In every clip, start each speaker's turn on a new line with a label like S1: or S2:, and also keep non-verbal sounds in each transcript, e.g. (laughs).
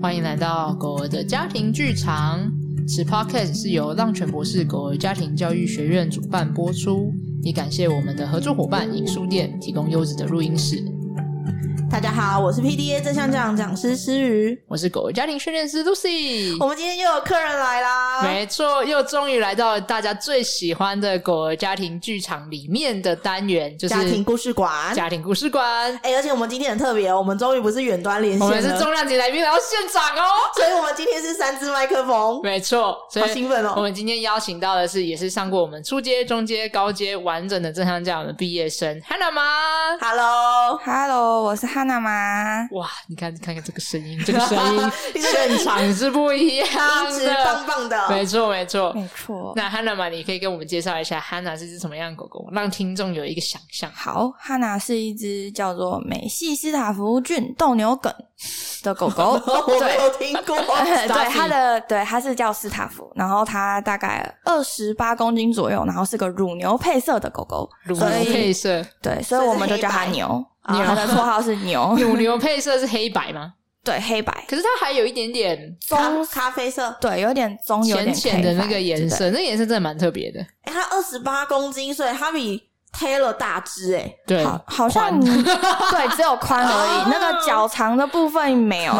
S1: 欢迎来到狗儿的家庭剧场。此 podcast 是由浪犬博士狗儿家庭教育学院主办播出，也感谢我们的合作伙伴影书店提供优质的录音室。
S2: 大家好，我是 PDA 正向讲讲师诗瑜。
S1: 我是狗儿家庭训练师 Lucy，
S2: 我们今天又有客人来啦，
S1: 没错，又终于来到了大家最喜欢的狗儿家庭剧场里面的单元，就是
S2: 家庭故事馆。
S1: 家庭故事馆。
S2: 哎、而且我们今天很特别哦，我们终于不是远端连
S1: 我们
S2: 线
S1: 是
S2: 了，
S1: 重量级来宾来到现场哦，
S2: 所以我们今天是三支麦克风，
S1: 没错，所
S2: 好
S1: 以
S2: 兴奋
S1: 我
S2: 哦！
S1: 们今天邀请到的是，也是上过我们初阶、中阶、高阶完整的正向教养的毕业生 Hannah 妈。
S2: Hello，
S3: Hello，我是汉娜妈。
S1: 哇，你看，看看这个声音，这个声
S3: (laughs)
S1: 音
S2: (laughs) 你这个
S1: 现场是不一
S2: 音
S1: 样
S2: 质棒
S1: 的，
S2: 棒
S1: 没
S2: 的。。
S1: 错没错。
S3: 没错，
S1: 那 Hannah 嘛，你可以给我们介绍一下 Hannah 是只什么样的狗狗，让听众有一个想象。
S3: 好，汉娜是一只叫做美系斯塔福郡斗牛梗的狗狗
S1: (laughs)
S2: 我没
S3: 对，
S2: 有听过，
S3: (laughs) 对，
S1: Staffy
S3: 它的对，它是叫斯塔福，然后它大概二十八公斤左右，然后是个乳牛配色的狗狗，
S1: 乳
S3: 所
S1: 牛配
S3: 以
S1: 色，
S3: 对，所以我们就叫它牛。啊
S2: 所以是黑白
S3: 它的绰号是牛，
S1: 乳 (laughs) 牛配色是黑白吗？
S3: 对，黑白
S1: 可是它还有一点点
S2: 咖
S3: 棕，
S2: 咖啡色。
S3: 对，有点棕，有
S1: 浅
S3: 点
S1: 浅的
S3: 黑白
S1: 那个颜
S3: 对
S1: 色，那个颜色真的蛮特别的。
S2: 哎、它二十八公斤，所以它比 Taylor 大只哎、
S1: 对，
S3: 好，好像 (laughs) 对，只有宽而已，那个脚长的部分没
S1: (laughs)
S3: 有。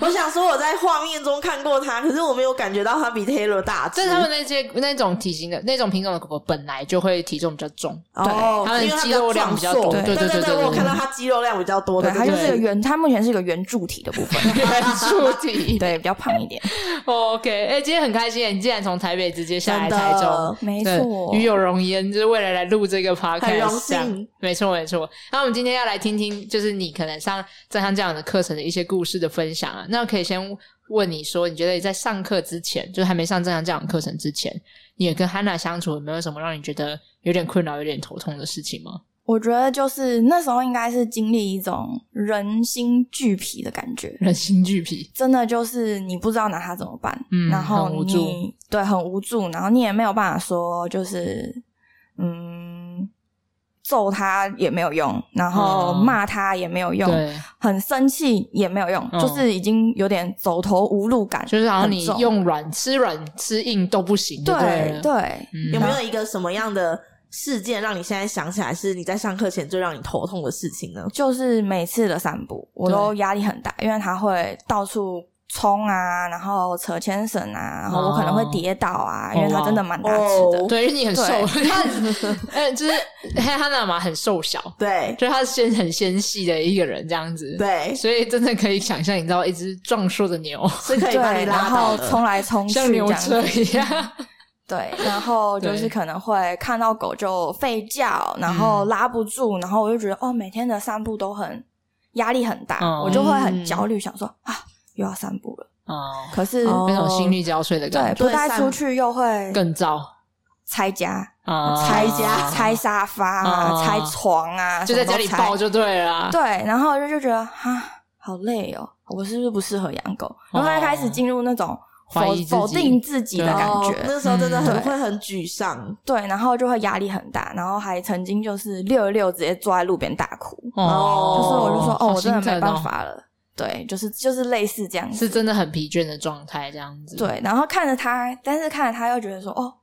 S2: 我想说我在画面中看过它，可是我没有感觉到它比 Taylor 大只。
S1: 但是他们那些那种体型的那种品种的狗狗本来就会体重比较重，
S2: 哦，
S1: 他们
S2: 因为它
S1: 肌肉量比较多
S2: 壮
S1: 对
S2: 硕对
S1: 对对
S2: 对
S1: 对对
S2: 我有看到
S1: 对。
S2: 它肌肉量比较多的
S3: 对，
S2: 这
S3: 它
S2: 个
S3: 就
S2: 人，
S3: 是个圆，它目前是个圆柱体的部分 (laughs)
S1: 原住 (laughs) 体。
S3: 对，比较胖一点，
S1: OK，哎、今天很开心，你竟然从台北直接下来
S2: 真的
S1: 台中。
S3: (laughs) 没
S1: 对
S3: 错
S1: 与。有荣焉，就是为了来录这个 podcast，
S2: 很荣幸
S1: 这样没错没错。那我们今天要来听听，就是你可能上正像这样的课程的一些故事的分享啊。那可以先问你说，你觉得你在上课之前，就是还没上正像这样的课程之前，你也跟 Hanna 相处，有没有什么让你觉得有点困扰、有点头痛的事情吗？
S3: 我觉得就是那时候应该是经历一种人心俱疲的感觉，
S1: 人心俱疲，
S3: 真的就是你不知道拿它怎么办，
S1: 嗯
S3: 然后
S1: 很
S3: 你
S1: 无助
S3: 对很无助，然后你也没有办法说就是嗯揍它也没有用，然后
S1: 嗯
S3: 骂它也没有用，
S1: 对，
S3: 很生气也没有用，
S1: 嗯
S3: 就是已经有点走投无路感，
S1: 就是好像你
S3: 很重
S1: 用软吃软吃硬都不行就对
S3: 对
S1: 了，
S3: 对，
S1: 嗯
S2: 有没有一个什么样的事件让你现在想起来是你在上课前最让你头痛的事情呢？
S3: 就是每次的散步我都压力很大，因为它会到处。冲啊，然后扯牵绳啊，然后我可能会跌倒啊，
S1: 哦
S3: 因为它真的蛮大只的。
S2: 哦
S1: 对，因为你很瘦，
S3: 对
S1: 他 (laughs) 呃，就是汉娜玛很瘦小，
S2: 对
S1: 就是她是纤很纤细的一个人这样子，，
S2: 对，
S1: 所以真的可以想象，你知道一只壮硕的牛，
S2: 是可以把
S3: 对，
S2: 你
S3: 然
S2: 拉到
S3: 后
S2: 的。
S3: 冲来冲去
S1: 像
S3: 这
S1: 牛
S3: 样
S1: 车
S3: 子。
S1: 一
S3: (laughs)
S1: 样，
S3: 对，然后就
S1: 对
S3: 是可能会看到狗就吠叫，然后拉不住，然后我就觉得哦，每天的散步都很压力很大，
S1: 哦
S3: 我就会很
S2: 嗯
S3: 焦虑，想说啊，又要散步了。
S1: 哦，
S3: 可是、
S2: 哦
S1: 那种心力交瘁的
S3: 对
S1: 感，觉
S3: 不带
S2: 散
S3: 出去又会
S1: 更糟
S3: 拆家，
S1: 啊，
S3: 哦拆家、拆沙发
S1: 啊
S3: 啊、拆床啊，
S1: 就在家里
S3: 什么
S1: 抱
S3: 都拆。
S1: 就对了啊，
S3: 对，然后就就觉得啊，好累哦，我是不是不适合养狗？然后
S1: 哦
S3: 就开始进入那种否
S1: 怀疑自己
S3: 否定自己的
S1: 对啊
S3: 感
S2: 哦
S3: 觉，
S2: 那时候真的很
S3: 嗯
S2: 会很沮丧。
S3: 对，然后就会压力很大，然后还曾经就是溜一溜直接坐在路边大哭，
S1: 哦，
S3: 就是我就说哦，我真的
S1: 好心疼
S3: 没办法了，对，就是就是类似这样
S1: 哦，
S3: 子，
S1: 是真的很疲倦的状态这样子，
S3: 对，然后看着他，但是看着他又觉得说哦，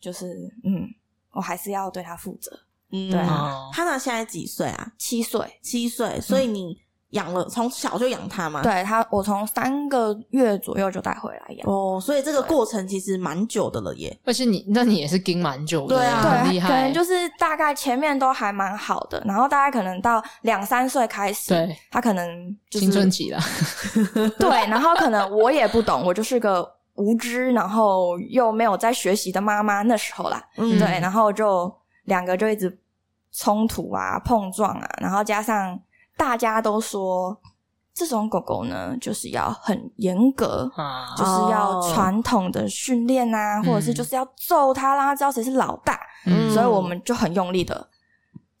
S3: 就是嗯，我还是要对他负责。
S2: 嗯，
S3: 对啊
S1: 哦，
S2: 哈娜现在几岁啊？
S3: 七岁，
S2: 七岁，所以你养了从小就养它吗？。
S3: 对他，我从三个月左右就带回来养。
S2: 哦，所以这个过程其实蛮久的了耶。
S1: 而且你那你也是盯蛮久的，
S2: 对啊
S1: 很厉
S3: 对，
S1: 害，
S3: 可能就是大概前面都还蛮好的，然后大概可能到两三岁开始，
S1: 对
S3: 他可能就是
S1: 青春期了，
S3: 对，然后可能我也不懂，我就是个无知，然后又没有在学习的妈妈那时候啦，
S2: 嗯，
S3: 对，然后就两个就一直冲突啊、碰撞啊，然后加上大家都说这种狗狗呢，就是要很严格，
S1: 啊
S3: 就是要传统的训练
S1: 嗯
S3: 啊，或者是就是要揍他啦，知道谁是老大，
S2: 嗯
S3: 所以我们就很用力的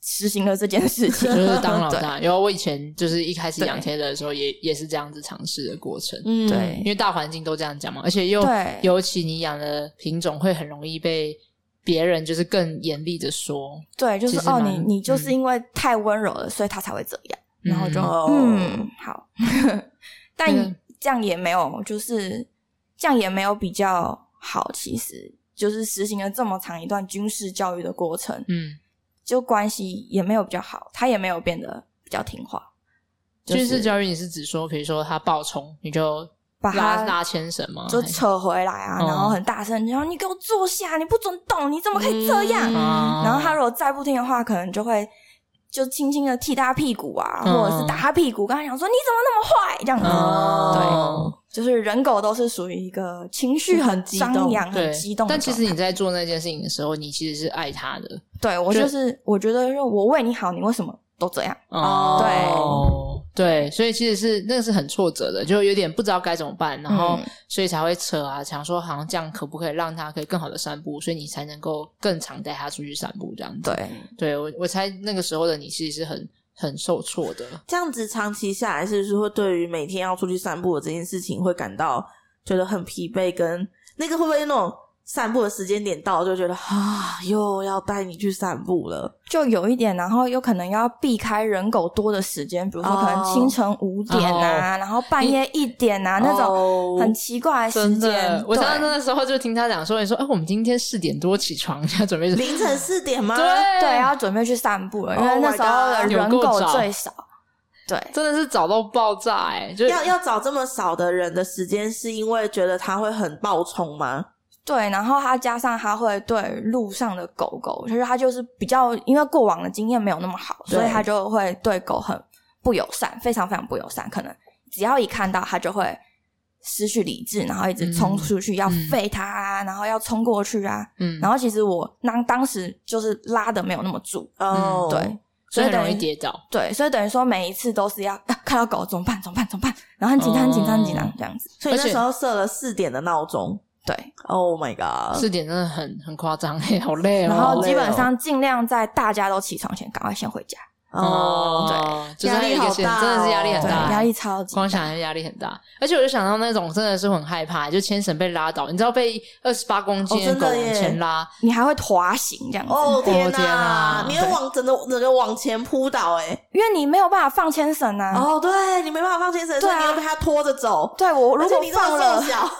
S3: 实行了这件事
S1: (laughs)
S3: 情
S1: 就。是当老
S3: (laughs)
S1: 大。然后我以前就是一开始养 Taylor 的时候也，也是这样子尝试的过程，
S2: 嗯，
S3: 对
S1: 因为大环境都这样讲嘛，而且又
S3: 对
S1: 尤其你养的品种会很容易被别人就是更严厉的说，
S3: 对，就
S1: 其
S3: 是
S1: 实
S3: 哦，
S1: 蛮
S3: 你你就是
S1: 嗯哦
S3: 因为太温柔了，所以他才会这样。然后就
S1: 嗯
S2: 哦
S3: 嗯，好， (laughs) 但
S1: 嗯
S3: 这样也没有，就是这样也没有比较好。其实就是实行了这么长一段军事教育的过程，
S1: 嗯，
S3: 就关系也没有比较好，他也没有变得比较听话。就
S1: 军
S3: 是
S1: 事教育你是指说，比如说他爆冲，你就
S3: 把
S1: 拉
S3: 他
S1: 拉牵绳吗？
S3: 就
S1: 哦还是
S3: 扯回来啊，
S1: 哦
S3: 然后很大声，然后你给我坐下，你不准动，你怎么可以这样？
S2: 嗯
S1: 哦
S3: 然后他如果再不听的话，可能就会就轻轻的踢他屁股啊，
S1: 嗯
S3: 或者是打他屁股，跟他讲说你怎么那么坏这样子。
S1: 哦
S3: 对，就是人狗都是属于一个情绪很
S2: 激动
S3: 张扬、
S1: 对
S3: 很激动的
S1: 但
S3: 状态。
S1: 其实你在做那件事情的时候，你其实是爱他的
S3: 对我
S1: 就
S3: 就是我觉得，我为你好，你为什么都这样？
S1: 哦。对，所以其实是那个是很挫折的，就有点不知道该怎么办，然后
S3: 嗯
S1: 所以才会扯啊，想说好像这样可不可以让他可以更好的散步，所以你才能够更常带他出去散步这样子。
S3: 对，
S1: 对我我猜那个时候的你其实是很很受挫的，
S2: 这样子长期下来，是不是会对于每天要出去散步的这件事情会感到觉得很疲惫？跟那个会不会那种散步的时间点到，就觉得啊，又要带你去散步了？
S3: 就有一点，然后有可能要避开人狗多的时间，比如说
S2: 哦
S3: 可能清晨五点啊
S1: 哦
S3: 然后半夜一点啊那
S2: 哦
S3: 种很奇怪的时
S1: 真
S3: 间
S1: 的。，我
S3: 对
S1: 常常那时候就听他讲说，你说哎、我们今天四点多起床，要准备
S2: 凌晨四点吗？
S1: 对
S3: 啊对，要准备去散步了，因
S2: Oh
S3: 为
S2: my
S3: 那时候的
S2: God
S3: 人
S1: 有够
S3: 狗
S1: 早
S3: 最少。对，
S1: 真的是早到爆炸哎、就
S2: 要要找这么少的人的时间，是因为觉得他会很暴冲吗？
S3: 对，然后它加上它会对路上的狗狗，就是它就是比较，因为过往的经验没有那么好，
S2: 对
S3: 所以它就会对狗很不友善，非常非常不友善。可能只要一看到它就会失去理智，然后一
S1: 嗯
S3: 直冲出去、要吠它啊，然后要冲过去啊。
S1: 嗯，
S3: 然后其实我当当时就是拉的没有那么住，
S2: 哦、
S3: 嗯对
S1: 所以很
S3: 所
S1: 容
S3: 以
S1: 易
S3: 等于
S1: 跌倒。
S3: 对，所以等于说每一次都是要、啊、看到狗怎么办怎么办怎么办，然后很紧张很紧张很紧张
S1: 哦
S3: 这样子。
S2: 所以
S1: 而
S2: 那
S1: 且
S2: 时候设了四点的闹钟。
S3: 对，
S2: Oh my god！
S1: 四点真的很很夸张哎，好累哦。
S3: 呃然后基
S2: 好累
S3: 本
S2: 哦
S3: 上尽量在大家都起床前赶快先回家。
S2: 哦，
S1: 哦，嗯对，就是
S2: 压
S1: 那
S2: 力
S1: 一个
S2: 好
S1: 线
S2: 大
S1: 真的是压力很
S2: 哦
S3: 对，
S1: 大，
S3: 压力超级大
S1: 光想就压力很大。而且我就想到那种真的是很害怕，就牵绳被拉倒，你知道被二十八公斤
S2: 哦
S1: 的
S2: 真的
S1: 狗往
S2: 耶
S1: 前拉，
S3: 你还会滑行这样子，
S2: 哦天
S1: 天哪
S2: 哪！你会往整个整个往前扑倒哎、欸
S3: 因为你没有办法放牵绳啊。
S2: 哦，对你没办法放牵绳，所
S3: 对
S2: 以
S3: 啊
S2: 你要被他拖着走。
S3: 对我
S2: 而
S3: 如
S2: 且
S3: 果
S2: 你这
S3: 放
S2: 么
S3: 了
S2: 瘦，小，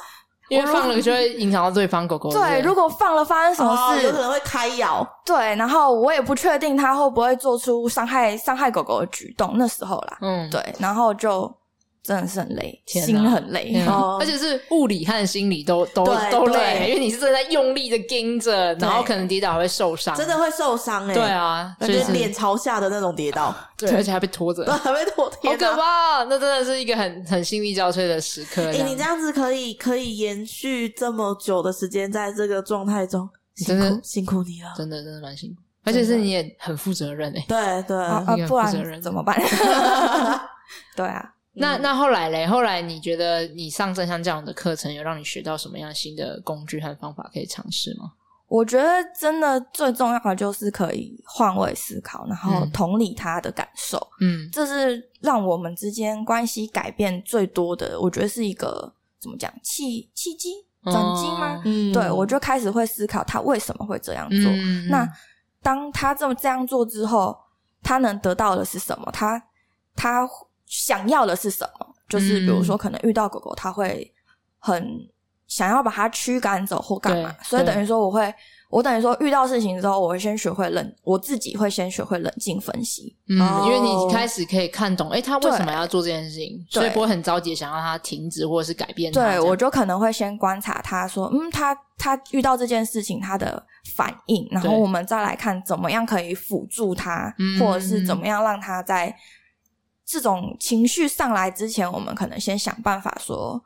S1: 因为放了就会影响到对方狗狗。
S3: 对，如
S1: 果
S3: 果放了发生什么
S2: 哦有可
S3: 事，
S2: 能会开咬。
S3: 对，然后我也不确定它会不会做出伤害伤害狗狗的举动，那时候啦，
S1: 嗯，
S3: 对，然后就真的是很累，
S1: 天哪
S3: 心很累，
S1: 嗯
S2: 哦
S1: 而且是物理和心理都都
S2: 对
S1: 都
S2: 对
S1: 累，因为你是真的在用力的盯着，然后可能跌倒还会受伤，
S2: 真的会受伤哎、
S1: 对，啊，
S2: 感
S1: 就
S2: 觉
S1: 是
S2: 脸朝下的那种跌倒，
S1: 对，而且还被拖着
S2: 对，， (laughs) 还被拖
S1: (laughs) 好
S2: 天、啊，
S1: 可怕！那真的是一个很很心力交瘁的时刻。
S2: 哎、你这样子可以可以延续这么久的时间在这个状态中，辛
S1: 真
S2: 苦
S1: 的
S2: 辛苦你了。
S1: 真的真的蛮辛苦，而且是你也很负责任哎、
S2: 对对，
S3: 啊
S1: 嗯一个
S3: 啊
S1: 人，
S3: 不
S1: 负责任
S3: 然怎么办？ (laughs) 对啊，
S1: 那那后来嘞，后来你觉得你上正向这样的课程，有让你学到什么样新的工具和方法可以尝试吗？
S3: 我觉得真的最重要的就是可以换位思考，然后
S1: 嗯
S3: 同理他的感受。
S1: 嗯
S3: 这是让我们之间关系改变最多的，我觉得是一个怎么讲契契机转机
S1: 哦
S3: 吗？
S2: 嗯
S3: 对，我就开始会思考他为什么会这样做。
S1: 嗯
S3: 那当他这么这样做之后，他能得到的是什么？他他想要的是什么？就是比如说，
S1: 嗯
S3: 可能遇到狗狗，他会很想要把它驱赶走或干嘛，
S1: 对
S3: 所以
S1: 对
S3: 等于说，我会我等于说遇到事情之后，我会先学会冷，我自己会先学会冷静分析。
S1: 嗯，
S2: 哦
S1: 因为你开始可以看懂，哎、他为
S3: 对
S1: 什么要做这件事情，
S3: 对
S1: 所以不会很着急地想要他停止或者是改变它这
S3: 对
S1: 样。
S3: 我就可能会先观察他说，嗯，他他遇到这件事情他的反应，然后
S1: 对
S3: 我们再来看怎么样可以辅助他，
S1: 嗯
S3: 或者是怎么样让他在这种情绪上来之前，我们可能先想办法说。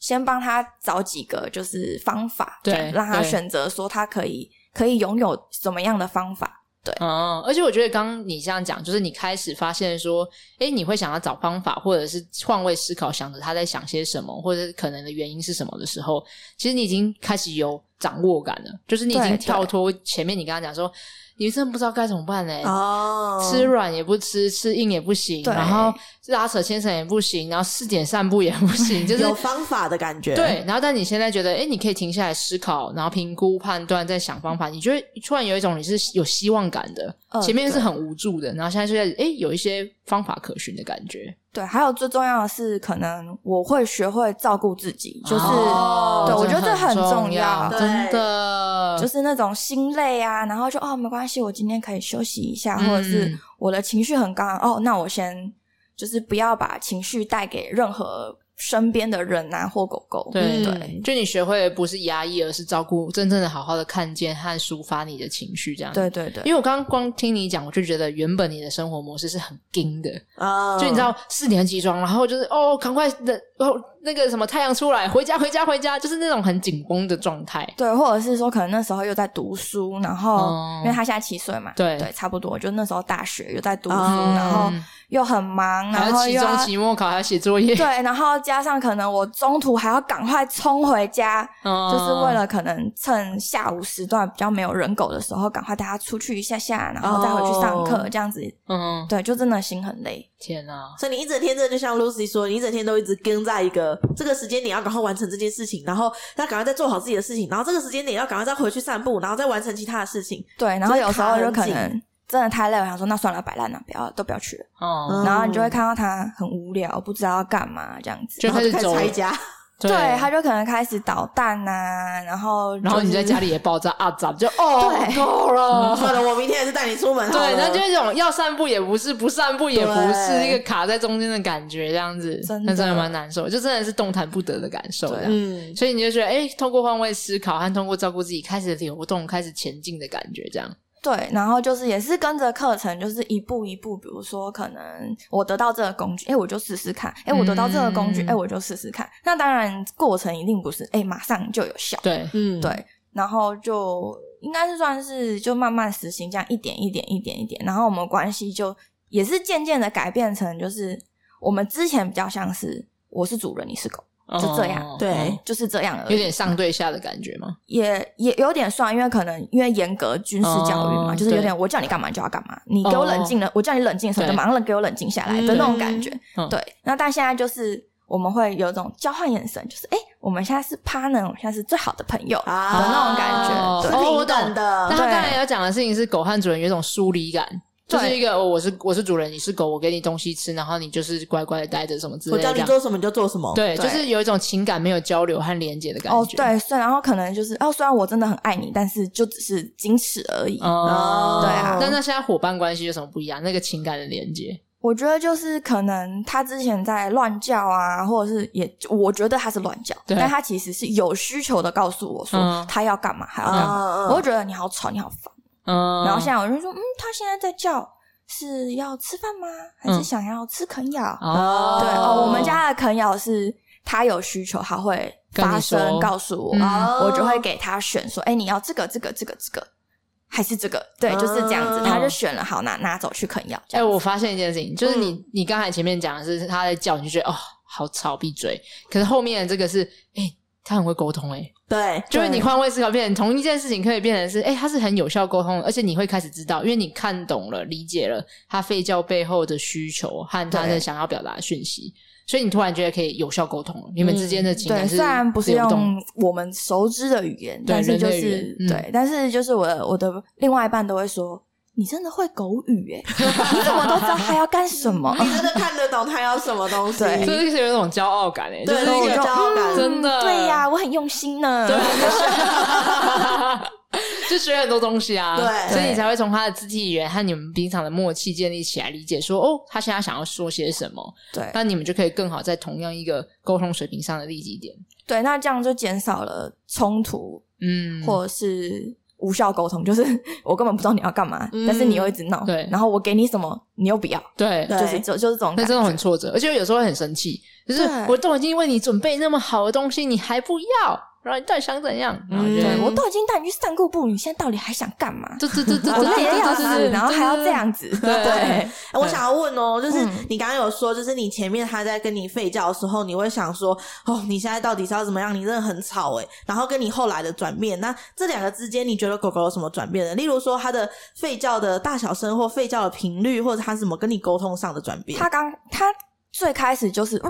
S3: 先帮他找几个就是方法，
S1: 对
S3: 这样让他
S1: 对
S3: 选择说他可以可以拥有什么样的方法，
S1: 哦，而且我觉得刚刚你这样讲，就是你开始发现说，哎，你会想要找方法，或者是换位思考，想着他在想些什么，或者是可能的原因是什么的时候，其实你已经开始有掌握感了，就是你已
S3: 对
S1: 经
S3: 对
S1: 跳脱前面你刚刚讲说，你真的不知道该怎么办嘞、
S2: 哦，
S1: 吃软也不吃，吃硬也不行，
S3: 对
S1: 然后拉扯牵绳也不行，然后四点散步也不行，就是
S2: 有方法的感觉。
S1: 对，然后但你现在觉得，哎，你可以停下来思考，然后评估、判断，再想方法，
S3: 嗯
S1: 你就会突然有一种你是有希望感的，
S3: 呃
S1: 前面是
S3: 对
S1: 很无助的，然后现在就在哎有一些方法可循的感觉。
S3: 对，还有最重要的是，可能我会学会照顾自己，就是、
S1: 哦
S3: 对我觉得这很
S1: 很
S3: 重
S1: 要，
S3: 要
S2: 对
S1: 真的
S3: 就是那种心累啊，然后就哦没关系，我今天可以休息一下，
S1: 嗯
S3: 或者是我的情绪很高昂哦，那我先就是不要把情绪带给任何身边的人啊或狗狗。
S1: 对
S3: 嗯
S2: 对
S1: 就你学会不是压抑，而是照顾，真正的好好的看见和抒发你的情绪，这样。
S3: 对对对
S1: 因为我刚刚光听你讲，我就觉得原本你的生活模式是很硬的，
S2: 啊，
S1: 就你知道
S3: 嗯
S1: 四点集装，然后就是哦，赶快的哦，那个什么太阳出来，回家回家回家，就是那种很紧绷的状态。
S3: 对，或者是说可能那时候又在读书，然后、
S1: 哦
S3: 因为他现在七岁嘛，
S1: 对嗯
S3: 对，差不多就那时候大学又在读书，
S2: 哦
S3: 然后又很忙，
S1: 还
S3: 嗯然
S1: 有
S3: 后
S1: 期
S3: 又
S1: 中、
S3: 要
S1: 期末考，还要写作业，
S3: 对，然后加上可能我中途还要赶快冲回家，
S1: 嗯
S3: 就是为了可能趁下午时段比较没有人狗的时候，赶快带它出去一下下，然后再回去上课，
S2: 哦
S3: 这样子，
S1: 嗯，
S3: 对，就真的心很累。
S1: 天哪，
S2: 所以你一整天，这就像 Lucy 说，你一整天都一直跟在一个这个时间点，要赶快完成这件事情，然后要赶快再做好自己的事情，然后这个时间点要赶快再回去散步，然后再完成其他的事情。
S3: 对，然后有时候就
S2: 就是
S3: 可
S2: 卡很
S3: 能真的太累，我想说那算了，摆烂了，不要都不要去了。
S1: 哦，
S2: 嗯
S3: 然后你就会看到它很无聊，不知道要干嘛这样子。
S1: 就
S2: 然后
S1: 开始
S2: 就开始
S1: 走，
S2: 拆家，
S3: 对，它就可能开始捣蛋啊，然后、
S1: 然后你在家
S3: 里，
S1: 里也爆炸啊，咋就哦
S3: 对
S1: 够
S2: (laughs)
S1: 了。
S2: 嗯算了，我明天还是带你出门好了。
S1: 对，那就是这种要散步也不是，不散步也不是，
S2: 对
S1: 一个卡在中间的感觉，这样子，
S3: 真的
S1: 那真的蛮难受，就真的是动弹不得的感受。
S3: 对
S1: 这样
S2: 嗯，
S1: 所以你就觉得，哎、通过换位思考和通过照顾自己，开始流动、开始前进的感觉，这样。
S3: 对，然后就是也是跟着课程，就是一步一步，比如说可能我得到这个工具，哎，我就试试看；哎，我得到这个工具，
S1: 嗯
S3: 哎、我就试试看。那当然过程一定不是哎马上就有效，
S1: 对，
S2: 嗯，
S3: 对，然后就应该是算是就慢慢实行，这样一点一点一点一点，然后我们关系就也是渐渐的改变成，就是我们之前比较像是我是主人，你是狗，就这样
S1: 哦
S2: 对
S1: 哦
S3: 就是这样而已，
S1: 有点上对下的感觉嘛。
S3: 也也有点算，因为可能因为严格军事教育嘛，
S1: 哦
S3: 就是有点
S1: 对哦
S3: 我叫你干嘛你就要干嘛，你给我冷静了，我叫你冷静的时候
S1: 对
S3: 就马上给我冷静下来
S2: 嗯
S3: 的那种感觉。
S1: 嗯
S3: 对，那但现在就是我们会有一种交换眼神，就是哎、诶我们现在是 partner，我们现在是最好的朋友
S2: 啊
S3: 的那种感觉。
S1: 哦
S2: 是
S3: 对
S1: 哦
S2: 平
S1: 我懂
S2: 等的。
S1: 但他
S3: 呃对
S1: 刚才要讲的事情是，狗和主人有一种疏离感，就是
S3: 对
S1: 一个、哦我是我是主人，你是狗，我给你东西吃，然后你就是乖乖的待着什么之
S2: 我
S1: 类的
S2: 叫
S1: 这
S2: 你
S1: 样。
S2: 做什么你就做什么。
S1: 对，
S3: 对
S1: 就是有一种情感没有交流和连接的感觉。
S3: 哦，对，虽然后可能就是哦，虽然我真的很爱你，但是就只是仅此而已。
S1: 哦，
S3: 对啊
S1: 但那现在伙伴关系有什么不一样？那个情感的连接，
S3: 我觉得就是可能他之前在乱叫啊，或者是也，我觉得他是乱叫，
S1: 对
S3: 但他其实是有需求的告诉我
S1: 嗯
S3: 说他要干嘛，还要干嘛。
S2: 啊，
S3: 我会觉得你好吵，你好烦。
S1: 嗯，
S3: 然后现在我就说，嗯，他现在在叫是要吃饭吗？还是
S1: 嗯
S3: 想要吃啃咬？
S1: 哦，
S3: 对哦，我们家的啃咬是他有需求，他会
S1: 跟你
S3: 发
S1: 说
S3: 声告诉我，
S1: 嗯
S3: 我就会给他选，说，哎，你要这个，这个，这个，这个。还是这个，对，就是这样子，
S2: 嗯
S3: 他就选了，好拿拿走去啃咬。这
S1: 哎、
S3: 样子
S1: 我发现一件事情，就是你、
S3: 嗯
S1: 你刚才前面讲的是他在叫，你就觉得哦好吵，闭嘴。可是后面的这个是，哎、他很会沟通、哎，
S2: 对，
S1: 就是
S3: 对
S1: 你换位思考，变成同一件事情可以变成是，哎、他是很有效沟通的，而且你会开始知道，因为你看懂了、理解了他吠叫背后的需求和他的
S3: 对
S1: 想要表达的讯息，所以你突然觉得可以有效沟通了，你们之间的情
S3: 对，
S1: 感
S3: 虽然不是
S1: 流动
S3: 用我们熟知的语言，
S1: 对
S3: 但是就
S1: 人类语
S3: 是
S1: 言、嗯
S3: 对，但是就是我的我的另外一半都会说，你真的会狗语耶、 (laughs) 你怎么都知道他要干什
S1: (laughs)
S3: 么？
S2: 你真的看得懂他要什么东西？
S3: 对
S1: 就是有一种骄傲感哎、
S2: 对
S1: 就是
S2: 那
S1: 一
S2: 我
S1: 个
S2: 就骄傲感
S1: 嗯真的
S3: 对呀、我很用心呢。
S1: (laughs) 就学很多东西啊，
S2: 对
S1: 所以你才会从他的肢体语言和你们平常的默契建立起来，理解说哦，他现在想要说些什么，
S3: (laughs) 对
S1: 那你们就可以更好在同样一个沟通水平上的立即点，
S3: 对，那这样就减少了冲突
S1: 嗯，
S3: 或者是无效沟通，就是 (laughs) 我根本不知道你要干嘛，
S2: 嗯
S3: 但是你又一直闹，
S1: 对
S3: 然后我给你什么你又不要，
S1: 对，
S2: 对
S3: 就是就就是这种
S1: 那
S3: 感
S1: 真的
S3: 觉。
S1: 很挫折，而且有时候会很生气，就是
S3: 对
S1: 我都已经为你准备那么好的东西，你还不要，然后你到底想怎样？然后就
S2: 嗯
S3: 对我都已经带你去散过步，你现在到底还想干嘛？
S1: 这这这这
S3: 我
S1: 这
S3: 累得要死，然后还要这，样子，
S1: 对
S3: 对。
S2: 哎我想要问哦，就是
S3: 嗯
S2: 你刚刚有说，就是你前面他在跟你吠叫的时候，你会想说，哦，你现在到底是要怎么样？你真的很吵哎。然后跟你后来的转变，那这两个之间，你觉得狗狗有什么转变呢？例如说它的吠叫的大小声，或吠叫的频率，或者它怎么跟你沟通上的转变？ (laughs)
S3: 他刚他最开始就是呃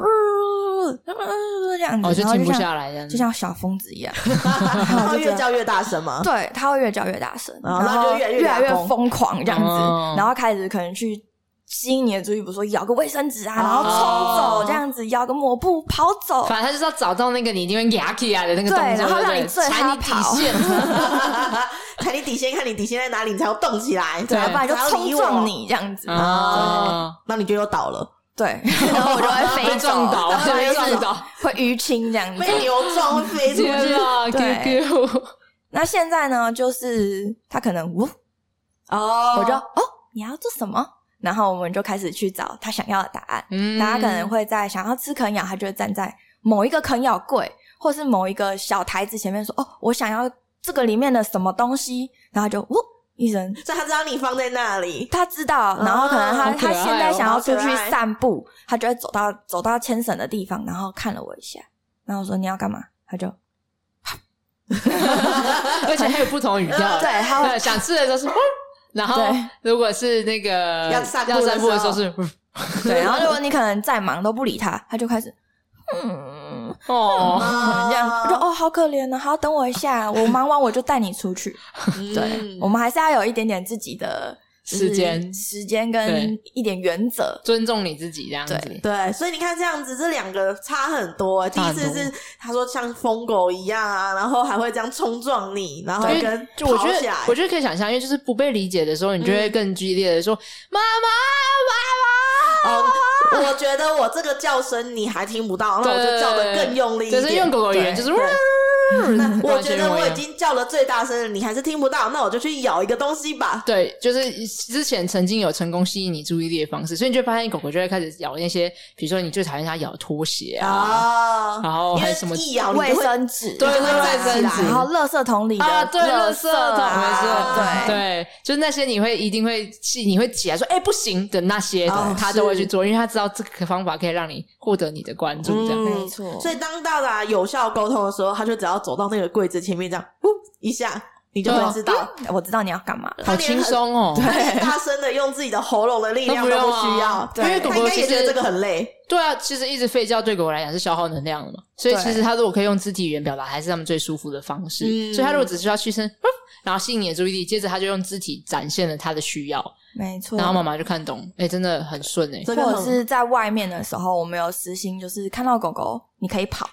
S3: 这样
S1: 哦
S3: 子，
S1: 就
S3: 然后
S1: 停不
S3: 就
S1: 下
S3: 像
S1: 来这样
S3: 就
S1: 子，
S3: 像小疯子一样，
S2: 然
S3: 然后
S2: 后
S3: 就觉
S2: 越
S3: 得
S2: 叫越大声吗？
S3: 对，哦他会越叫越大声，
S2: 然后
S3: 后
S2: 就越来越
S3: 越来
S2: 俩
S3: 越
S2: 疯
S3: 疯狂这样子
S1: 哦，
S3: 然后开始可能去吸引你的注意，比如说咬个卫生纸啊，然后冲
S1: 哦
S3: 走这样子，咬个抹布跑走，
S1: 反正他就是要找到那个你一定会压起来的那个动作，
S3: 对然后让你
S1: 对不对
S3: 最
S1: 踩
S3: 怕
S1: 你底
S3: 跑
S1: 线。
S2: (laughs) 看你底线，看你底线在哪里，你才要动起来。
S1: 对
S3: 要啊不然就冲撞你这样
S1: (laughs)
S3: 子，
S1: 啊，
S2: 那你就又倒
S3: (laughs)
S2: 了，
S3: 对，然后我就会
S1: 被
S3: 飞走
S1: 撞倒，
S3: 然后
S1: 被
S3: 就是
S1: 撞倒，
S3: 会淤青这样子。
S2: 被牛撞会飞出
S3: (laughs)
S1: 天
S2: 去。
S1: 啊
S3: 对
S1: ！QQ，
S3: 那现在呢，就是他可能呜，
S2: 哦
S3: 我就哦，你要做什么？然后我们就开始去找他想要的答案。
S1: 嗯
S3: 大家可能会在想要吃啃咬，他就会站在某一个啃咬柜，或是某一个小台子前面说：“哦，我想要这个里面的什么东西。”然后他就呜一声，
S2: 所以他知道你放在那里。
S3: 他知道，然后可能他、
S1: 好可
S3: 他
S1: 爱哦
S3: 现在想要出
S2: 好可
S3: 去
S2: 爱
S3: 散步，他就会走到走到牵绳的地方，然后看了我一下，然后我说：“你要干嘛？”他就
S1: 嗯而且还有不同语
S2: 呃
S1: 调。
S3: 嗯对，他会
S1: 对，想吃的时候是，然后
S3: 对
S1: 如果是那个
S2: 要散步的
S1: 散步的时候
S2: 时
S1: 是， (laughs)
S3: 对，然后如果你可能再忙都不理他，他就开始，嗯，
S1: 哦，
S2: 啊
S3: 这样，我就哦，好可怜呢、好，等我一
S2: (laughs)
S3: 下，我忙完我就带你出去。
S2: 嗯
S3: 对，我们还是要有一点点自己的 (laughs) 就是
S1: 时间
S3: 时间
S1: 对
S3: 跟一点原则。
S1: 尊重你自己这样子。
S3: 对
S2: 对，所以你看这样子，这两个差很多、第
S1: 差
S2: 一
S1: 很多
S2: 次是他说像疯狗一样啊，然后还会这样冲撞你，然后
S1: 因为
S2: 跟
S1: 就我觉
S2: 跑
S1: 得
S2: 起来，
S1: 我觉得可以想象，因为就是不被理解的时候，你就会更激烈的说“妈嗯
S2: 哦，我觉得我这个叫声你还听不到，那我就叫的更用力
S1: 妈”，就
S2: 一点。
S1: 是用狗狗语言，就是
S2: 那我
S1: 完
S2: 觉
S1: 全
S2: 得
S1: 跟我一
S2: 我
S1: 样
S2: 已经叫了最大声了，你还是听不到，那我就去咬一个东西吧。
S1: (laughs) 对，就是之前曾经有成功吸引你注意力的方式，所以你就发现狗狗就会开始咬那些，比如说你最讨厌它咬拖鞋啊，
S2: 啊，
S1: 然后
S2: 因
S1: 还
S2: 为
S1: 有什么
S2: 一哦咬你
S3: 卫
S2: 就会
S3: 生纸，
S1: 对
S2: 对对
S3: 对，
S2: 卫生纸
S3: 然后垃圾桶里的
S1: 啊，对，垃圾
S3: 圾
S1: 桶，没
S3: 啊
S1: 错，
S3: 对
S1: 对，就是那些你会一定会气，你会起来说，哎、不行的那些
S2: 哦
S1: 的，他都会
S2: 是
S1: 去做，因为他知道这个方法可以让你获得你的关注，这样。
S2: 嗯
S3: 没错
S2: 所以当到达有效沟通的时候，他就只要走到那个柜子前面这样，呼一下，你就
S1: 对啊
S2: 会知道。
S3: 我知道你要干嘛了。
S1: 好轻松哦！
S2: 他连大声的用自己的喉咙的力量
S1: 都不
S2: 都
S1: 用
S2: 不
S1: 啊
S2: 需要，
S1: 因为狗
S2: 他
S1: 狗
S2: 应该
S1: 其
S2: 也觉得
S1: 实
S2: 这个很累。
S1: 对啊，其实一直吠叫对狗来讲是消耗能量的嘛，所以
S3: 对
S1: 其实它如果可以用肢体语言表达，还是他们最舒服的方式。
S2: 嗯
S1: 所以它如果只需要嘘声，嗯然后吸引你的注意力，接着它就用肢体展现了它的需要，
S3: 没错，
S1: 然后妈妈就看懂，哎、真的很顺哎、
S2: 这个
S3: 或者
S2: 很
S3: 是在外面的时候，我们有实行，就是看到狗狗你可以跑，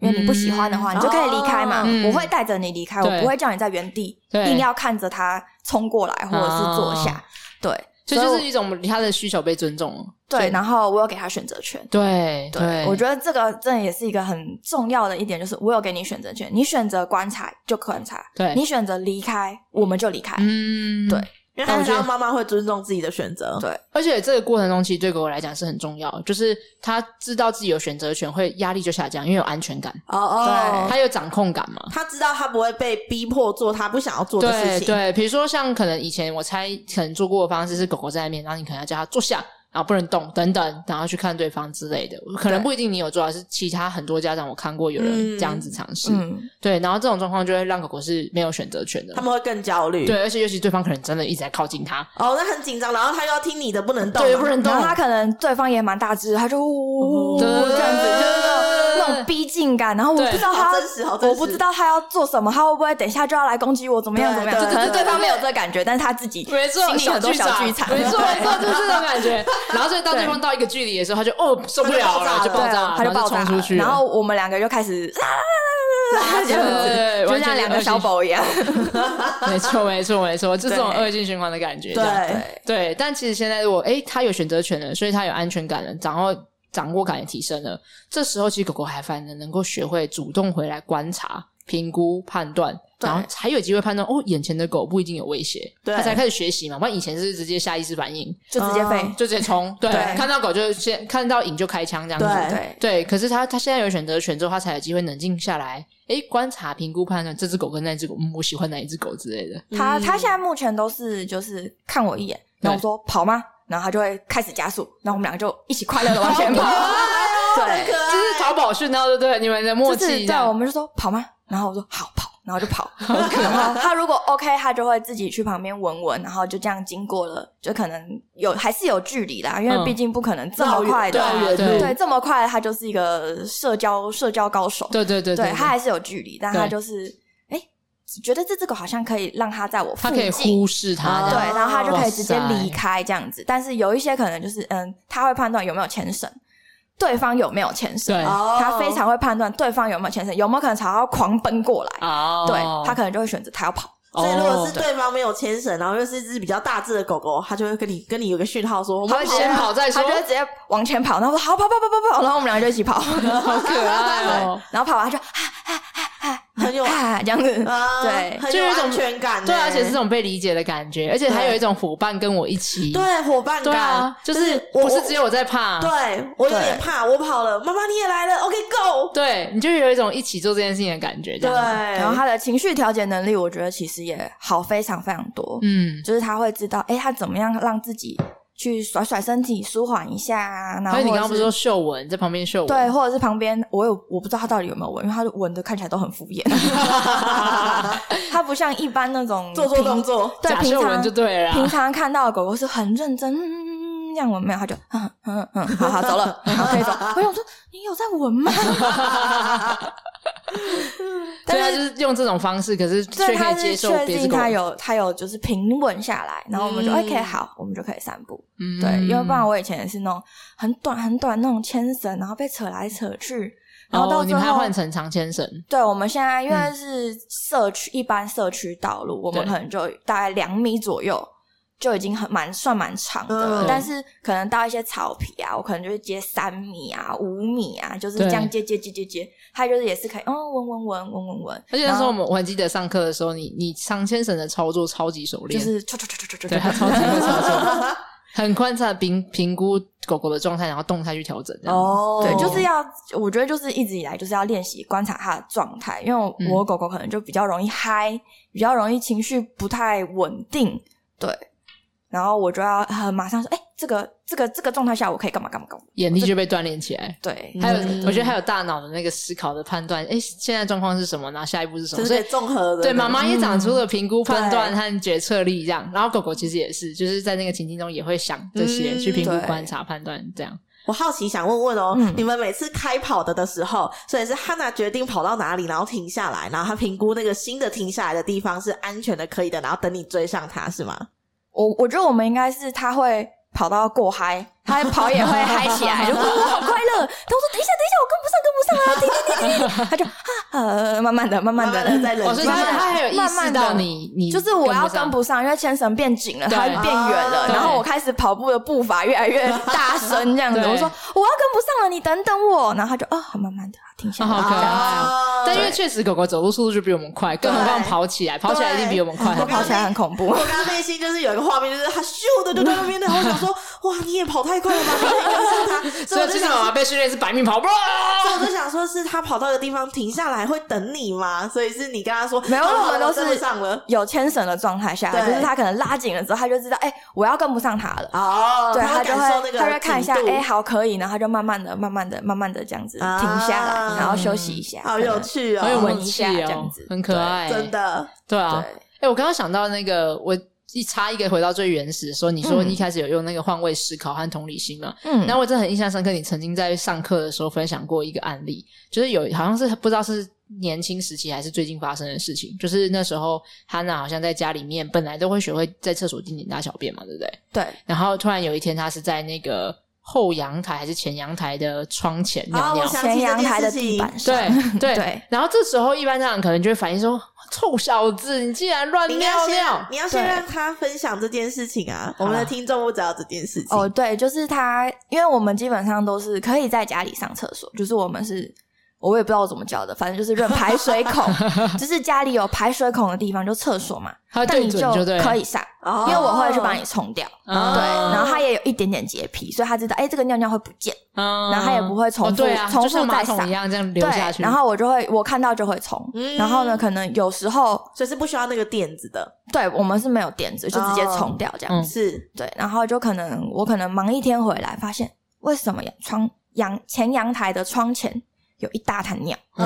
S3: 因为你不喜欢的话，
S1: 嗯
S3: 你就可以离开嘛。
S1: 嗯
S3: 我会带着你离开，
S1: 对
S3: 我不会叫你在原地
S1: 对
S3: 硬要看着它冲过来或者是坐下。
S1: 啊
S3: 对，
S1: 所以
S3: 所以
S1: 就
S3: 我
S1: 是一种它的需求被尊重了。
S3: 对，然后我有给它选择权。
S1: 对对，
S3: 我觉得这个真的也是一个很重要的一点，就是我有给你选择权，你选择观察就观察，
S1: 对
S3: 你选择离开我们就离开。
S1: 嗯，
S3: 对
S2: 因为
S1: 但
S2: 他
S1: 我
S2: 知
S1: 觉得
S2: 道妈妈会尊重自己的选择，
S3: 对
S1: 而且这个过程中，其实对狗狗来讲是很重要的，就是它知道自己有选择权，会压力就下降，因为有安全感，
S2: 哦哦，
S1: 它有掌控感嘛。
S2: 他知道他不会被逼迫做他不想要做的事
S1: 对
S2: 情，
S1: 对，比如说像可能以前我猜可能做过的方式是狗狗在那边，然后你可能要叫它坐下，然后不能动等等，然后去看对方之类的。可能
S3: 对
S1: 不一定你有做到，啊是其他很多家长我看过有人
S2: 嗯
S1: 这样子尝试。
S3: 嗯，
S1: 对，然后这种状况就会让狗狗是没有选择权的
S2: 他。们会更焦虑。
S1: 对，而且尤其对方可能真的一直在靠近它，
S2: 哦，那很紧张，然后他又要听你的，不能动，
S1: 对，不能动
S3: 然后，他可能对方也蛮大只，他就呜
S2: 对
S3: 这样子，就是那种那种逼近感。然后我
S1: 对
S3: 不知道
S2: 好
S3: 他
S2: 真实好真实
S3: 我不知道他要做什么，他会不会等一下就要来攻击我，怎么样
S2: 对
S3: 怎么样？
S2: 对对
S3: 可能
S2: 对
S3: 对方没有这个感觉，但是他自己
S1: 没错，
S3: 心里很多小剧场，
S1: 没错，没
S3: 对
S1: 错，就是这种感
S3: (laughs)
S1: 觉。然后所以当对方到一个距离的时候，他就哦受不了了，就
S2: 他
S1: 爆炸了，
S3: 啊他就
S1: 然后
S3: 爆
S1: 就
S3: 炸
S1: 冲出
S3: 了
S1: 去了，
S3: 然后我们两个就开始啊，
S1: (laughs)
S3: 这样
S1: 对
S3: 子，
S1: 对对
S3: 就
S1: 完全
S3: 像两个
S1: 恶性
S3: 小狗一样。
S1: (laughs) 没错，没错，没错，就这种
S3: 对
S1: 恶性循环的感觉。
S2: 对
S1: 这样对，但其实现在如果哎，他有选择权了，所以他有安全感了，然后掌握感也提升了。这时候其实狗狗还反而能够学会主动回来观察、评估、判断。
S3: 对
S1: 然后才有机会判断哦，眼前的狗不一定有威胁，
S2: 对
S1: 它才开始学习嘛。不然以前是直接下意识反应，
S3: 就直接飞
S2: 嗯，
S1: (laughs) 就直接冲，对，
S3: 对
S1: 看到狗就先看到影就开枪这样子，
S2: 对
S3: 对
S1: 对，可是他他现在有选择权之后，他才有机会冷静下来，诶，观察、评估、判断这只狗跟那只狗，嗯，我喜欢哪一只狗之类的。
S3: 他
S2: 嗯
S3: 他现在目前都是就是看我一眼，然后我说跑吗？然后他就会开始加速，然后我们俩就一起快乐的往前跑
S1: 好可。
S3: 对，
S1: 这是淘宝训到的，对，你们的 (laughs) 默
S3: 就是
S1: 契这
S3: 对，我
S1: 样。
S3: 们就说跑吗？然后我说好跑，然后就
S1: (laughs)
S3: 跑。然后他如果 OK，他就会自己去旁边闻闻，然后就这样经过了，就可能有还是有距离啦，因
S1: 嗯
S3: 为毕竟不可能这么快的，
S1: 绕远对
S3: 对
S1: 啊对
S3: 这么快他就是一个社交社交高手，
S1: 对对对
S3: 对他还是有距离，但他就是哎觉得这只狗好像可以让它在我附
S1: 他
S3: 近，
S1: 可以忽视他
S3: 对，
S1: 的，
S2: 哦
S3: 然后它就可以直接
S1: 哇塞
S3: 离开这样子。但是有一些可能就是，嗯，它会判断有没有牵绳，对方有没有牵绳，
S1: 对
S2: 哦
S3: 它非常会判断对方有没有牵绳，有没有可能朝它狂奔过来，
S1: 哦，
S3: 对，它可能就会选择它要跑。
S2: 所以如果是
S1: 哦
S2: 对方没有牵绳，然后又是一只比较大只的狗狗，它就会跟你跟你有个讯号说，我
S3: 它
S2: 们
S3: 会
S2: 跑
S3: 直接
S1: 先跑再说
S3: 它就会直接往前跑，然后说好跑跑跑跑跑，然后我们两个就一
S1: (laughs)
S3: 起跑，
S1: 好可爱哦。
S3: 然后跑完它就啊
S2: 很有
S3: 啊这样子，
S2: 啊，
S3: 对
S2: 很
S1: 就
S2: 有
S1: 有一种
S2: 安全感欸，
S1: 对，而且是这种被理解的感觉，而且还有一种伙伴跟我一起。
S2: 对伙伴
S1: 对
S2: 感
S1: 啊，，就
S2: 就是
S1: 是
S2: 我
S1: 不是只有我啊在怕？
S2: 对我有点怕，我跑了，妈妈你也来了，OK go，
S1: 对，你就有一种一起做这件事情的感觉。这
S2: 对，
S1: 样子
S3: 然后它的情绪调节能力，我觉得其实也好非常非常多，
S1: 嗯，
S3: 就是他会知道，哎、他怎么样让自己去甩甩身体，舒缓一下啊。然后
S1: 所以你
S3: 或者
S1: 刚刚不是
S3: 是
S1: 说秀文在旁边秀文？
S3: 对，或者是旁边我有我不知道他到底有没有闻，因为他的闻的看起来都很敷
S1: (laughs)
S3: 衍， (laughs) 他不像一般那种
S2: 做做
S3: 平
S2: 动，作，
S3: 对，
S1: 假
S3: 平
S1: 秀文
S3: 常
S1: 就对了啊
S3: 平
S1: 啦。
S3: 常看到的狗狗是很认真，嗯，这样闻没有，他就嗯嗯嗯，好好走了，然后可以走。我想说，你有在
S1: (laughs)
S3: 闻吗？
S1: 对啊，
S3: 但
S1: 就是是用这种方式，可是却
S3: 对，
S1: 可
S3: 他
S1: 以接
S3: 是
S1: 受
S3: 确
S1: 别只
S3: 定
S1: 狗。
S3: 他有他有就是平稳下来，然后我们就
S2: 嗯
S3: OK 好，我们就可以散步。
S1: 嗯
S3: 对，因为不然我以前也是那种很短很短那种牵绳，然后被扯来扯去，然后到
S1: 哦，你
S3: 最
S1: 们还
S3: 后，
S1: 换成长牵绳，
S3: 对我们现在因为
S1: 嗯
S3: 是社区、一般社区道路，我们
S1: 对
S3: 可能就大概两米左右就已经很蛮算蛮长的了，
S2: 嗯
S3: 但是可能到一些草皮啊，我可能就会接三米啊、五米啊，就是
S1: 对
S3: 这样接接接接接，它就是也是可以，哦，闻闻闻闻闻闻，
S1: 而且那时
S3: 然
S1: 候
S3: 后
S1: 我们我还记得上课的时候，你你长牵绳的操作超级熟
S3: 就
S1: 练，
S3: 是唰唰唰唰唰
S1: 对
S3: 唰
S1: 他超级
S3: 唰
S1: 会操
S3: (laughs)
S1: 作，很观察评评估狗狗的状态，然后动态去调整。这样子，
S2: 哦
S3: 对，就是要，我觉得就是一直以来就是要练习观察它的状态，因为我,、
S1: 嗯
S3: 我狗狗可能就比较容易嗨，比较容易情绪不太稳定，对。然后我就要、呃、马上说，哎、这个这个这个状态下我可以干嘛干嘛干嘛，
S1: 眼力就被锻炼起来。
S3: 对，
S2: 嗯
S1: 还有，我觉得还有大脑的那个思考的判断，哎，现在状况是什么？然后下一步是什
S2: 这
S1: 么？
S2: 是
S1: 所
S2: 可
S1: 以
S2: 以综合的，
S1: 对，妈妈也长出
S3: 嗯
S1: 了评估、判
S2: 对
S1: 断和决策力，这样。然后狗狗其实也是，就是在那个情境中也会想这些，
S2: 嗯
S1: 去评估、
S3: 对
S1: 观察、判断，这样。
S2: 我好奇想问问哦，
S3: 嗯
S2: 你们每次开跑的的时候，所以是汉娜决定跑到哪里，然后停下来，然后她评估那个新的停下来的地方是安全的、可以的，然后等你追上她，是吗？
S3: 我我觉得我们应该是它会跑到够嗨，它跑也会嗨起来，就哇我好快乐。但我说等一下等一下，我跟不上跟不上啊，滴滴滴滴，它就啊呃慢慢的慢慢
S2: 慢
S3: 的
S2: 慢的在冷
S1: 哦，所
S2: 静
S1: 以它
S3: 慢慢地
S1: 它还有意
S3: 慢慢
S1: 识
S3: 地
S1: 到你，你
S3: 就是我要
S1: 不上
S3: 跟不上，因为牵绳变紧了，
S1: 对
S3: 它变远了，
S2: 啊
S1: 对
S3: 然后我开始跑步的步伐越来越大声，这样子。
S1: 对
S3: 我说我要跟不上了，你等等我。然后他就哦，好，慢慢的停下来。
S1: 啊好可爱啊
S2: 哦
S1: 但因为确实狗狗走路速度就比我们快，更何况跑起来，跑起来一定比我们快
S3: 它
S1: 很
S2: 对
S1: 多。
S3: (laughs) 跑起来很恐怖 (laughs)
S2: 我，刚刚内心就是有一个画面，就是她咻的就在那边，然后我想说，哇，你也跑太快了吧，你也跟上她，
S1: (laughs)
S2: 所
S1: 所
S2: 以我
S1: 以
S2: 就
S1: 其实
S2: 想
S1: 妈妈
S2: 说。
S1: 被训练是百米跑步。啊
S2: 所以我就想说， (laughs) 是她跑到一个地方停下来会等你吗？所以是你跟她说，哦
S3: 没有，
S2: 好了
S3: 我们都
S2: 跟不
S3: 是
S2: 上了
S3: 有牵绳的状态下，
S2: 对
S3: 就是他可能拉紧了之后，他就知道，哎，我要跟不上他了。
S2: 哦，
S3: 对，
S2: 她会
S3: 他就
S2: 感受那
S3: 会
S2: 个
S3: 他就会看一下，
S2: 紧度
S3: 哎，好可以，然后他就慢慢的、慢慢的、慢慢的这样子
S2: 啊
S3: 停下来，然后休息一下。
S2: 好
S3: 可能
S2: 有趣哦，
S1: 很有
S3: 我
S1: 文
S3: 闻一
S1: 气
S3: 下这
S1: 哦
S3: 样子，
S1: 很可
S3: 哎
S1: 爱，
S2: 真。的，
S1: 对啊，
S3: 对，
S1: 哎、我刚刚想到那个，我一插一个回到最原始，说你说
S3: 嗯
S1: 一开始有用那个换位思考和同理心嘛？
S3: 嗯，
S1: 然后我真的很印象深刻，你曾经在上课的时候分享过一个案例，就是有好像是不知道是年轻时期还是最近发生的事情，就是那时候汉娜好像在家里面本来都会学会在厕所定点大小便嘛，对不对？
S3: 对，
S1: 然后突然有一天，她是在那个后阳台还是前阳台的窗前尿
S2: 啊我
S1: 尿，
S2: 想起
S3: 前
S2: 这
S3: 阳
S2: 件
S3: 台的
S2: 事
S3: 地
S2: 情
S3: 板上，
S1: 对对
S3: 对
S1: 然后这时候一般家长可能就会反应说：“臭小子，你竟然乱
S2: 你应该
S1: 尿
S2: 先
S1: 尿！”
S2: 你要先
S3: 对
S2: 让他分享这件事情啊，
S1: 好啊
S2: 我们的听众不知道这件事情
S3: 哦，对，就是他，因为我们基本上都是可以在家里上厕所，就是我们是，我也不知道我怎么教的，反正就是认排
S1: (laughs)
S3: 水孔，就是家里有排水孔的地方就厕所嘛，
S1: 他呃
S3: 但
S1: 对
S3: 你
S1: 准就对了，
S3: 可以上，
S2: 哦
S3: 因为我会去帮你冲掉。
S1: 哦
S3: 对，然后他也有一点点洁癖，所以他知道，哎，这个尿尿会不见，
S1: 嗯，
S3: 然后它也不会重复
S1: 哦对啊，
S3: 重复
S1: 就像马
S3: 再
S1: 桶
S3: 上
S1: 一样这样流
S3: 对
S1: 下，去。
S3: 然后我就会，我看到就会冲，然后呢，
S2: 嗯
S3: 可能有时候，
S2: 所以是不需要那个垫子的，
S3: 对我们是没有垫子，就直接
S2: 哦
S3: 冲掉这样
S1: 嗯
S2: 是
S3: 对，然后就可能我可能忙一天回来，发现为什么阳窗阳前阳台的窗前有一大滩尿，
S1: 嗯，